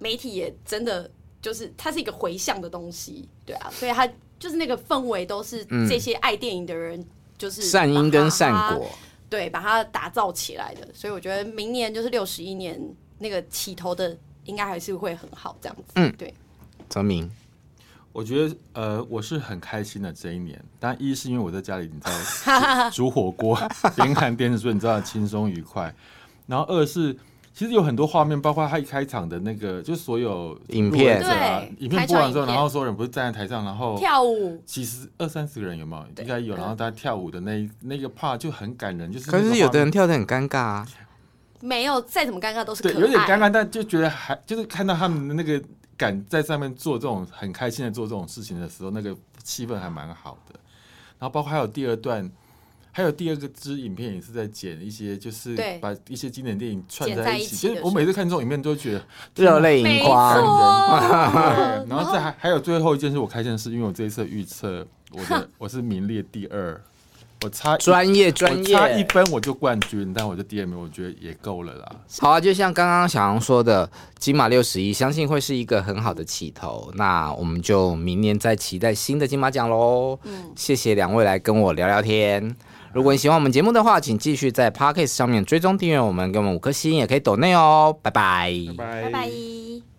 [SPEAKER 2] 媒体也真的就是它是一个回向的东西，对啊，所以它就是那个氛围都是这些爱电影的人。就是
[SPEAKER 1] 嗯善因
[SPEAKER 2] 把
[SPEAKER 1] 跟
[SPEAKER 2] 它
[SPEAKER 1] 善果，
[SPEAKER 2] 对，把它打造起来的。所以我觉得明年就是六十一年那个起头的，应该还是会很好这样子。
[SPEAKER 1] 嗯
[SPEAKER 2] 对，
[SPEAKER 1] 泽明，
[SPEAKER 3] 我觉得呃，我是很开心的这一年。但一是因为我在家里，你 知道煮煮火锅，边看电视剧，你知道轻松愉快。然后二是其实有很多画面，包括他一开场的那个，就所有
[SPEAKER 1] 影片
[SPEAKER 3] 入围者啊
[SPEAKER 2] 对
[SPEAKER 3] 影片
[SPEAKER 2] 开
[SPEAKER 3] 播
[SPEAKER 2] 场
[SPEAKER 3] 完之后，
[SPEAKER 2] 影片
[SPEAKER 3] 然后所有人不是站在台上，然后
[SPEAKER 2] 跳舞
[SPEAKER 3] 几十二三十个人有没有？
[SPEAKER 2] 对
[SPEAKER 3] 应该有。
[SPEAKER 2] 嗯
[SPEAKER 3] 然后大家跳舞的那一那个 part 就很感人，就是
[SPEAKER 1] 可
[SPEAKER 3] 那个
[SPEAKER 1] 是有
[SPEAKER 3] 画
[SPEAKER 1] 的
[SPEAKER 3] 面
[SPEAKER 1] 人跳的很尴尬啊。
[SPEAKER 2] 没有再怎么尴尬都是可
[SPEAKER 3] 对，
[SPEAKER 2] 爱，
[SPEAKER 3] 有点尴尬，但就觉得还就是看到他们的那个敢在上面做这种很开心的做这种事情的时候，那个气氛还蛮好的。然后包括还有第二段，还有第二个支影片也是在剪一些，就是
[SPEAKER 2] 对
[SPEAKER 3] 把一些经典电影串
[SPEAKER 2] 剪
[SPEAKER 3] 在
[SPEAKER 2] 在
[SPEAKER 3] 一
[SPEAKER 2] 一
[SPEAKER 3] 起。
[SPEAKER 2] 起
[SPEAKER 3] 就是
[SPEAKER 2] 的
[SPEAKER 3] 我
[SPEAKER 2] 时
[SPEAKER 3] 每次看这种影片都觉得
[SPEAKER 1] 热泪盈
[SPEAKER 3] 感
[SPEAKER 1] 眶。
[SPEAKER 3] 人。
[SPEAKER 2] 哦
[SPEAKER 3] 对，然后这还 还有最后一件事，我开心的是，因为我这一次的预测，我的我是名列第二。我差一
[SPEAKER 1] 专业专
[SPEAKER 3] 我差一
[SPEAKER 1] 业。
[SPEAKER 3] 分我就冠军，但我就第二名，我觉得也够了啦。
[SPEAKER 1] 好啊，就像刚刚小杨说的，金马六十一，相信会是一个很好的起头。那我们就明年再期待新的金马奖喽。谢谢两位来跟我聊聊天。如果你喜欢我们节目的话，请继续在 Podcast 上面追踪订阅我们，给我们五颗星，也可以抖内哦。拜拜
[SPEAKER 3] 拜
[SPEAKER 2] 拜拜。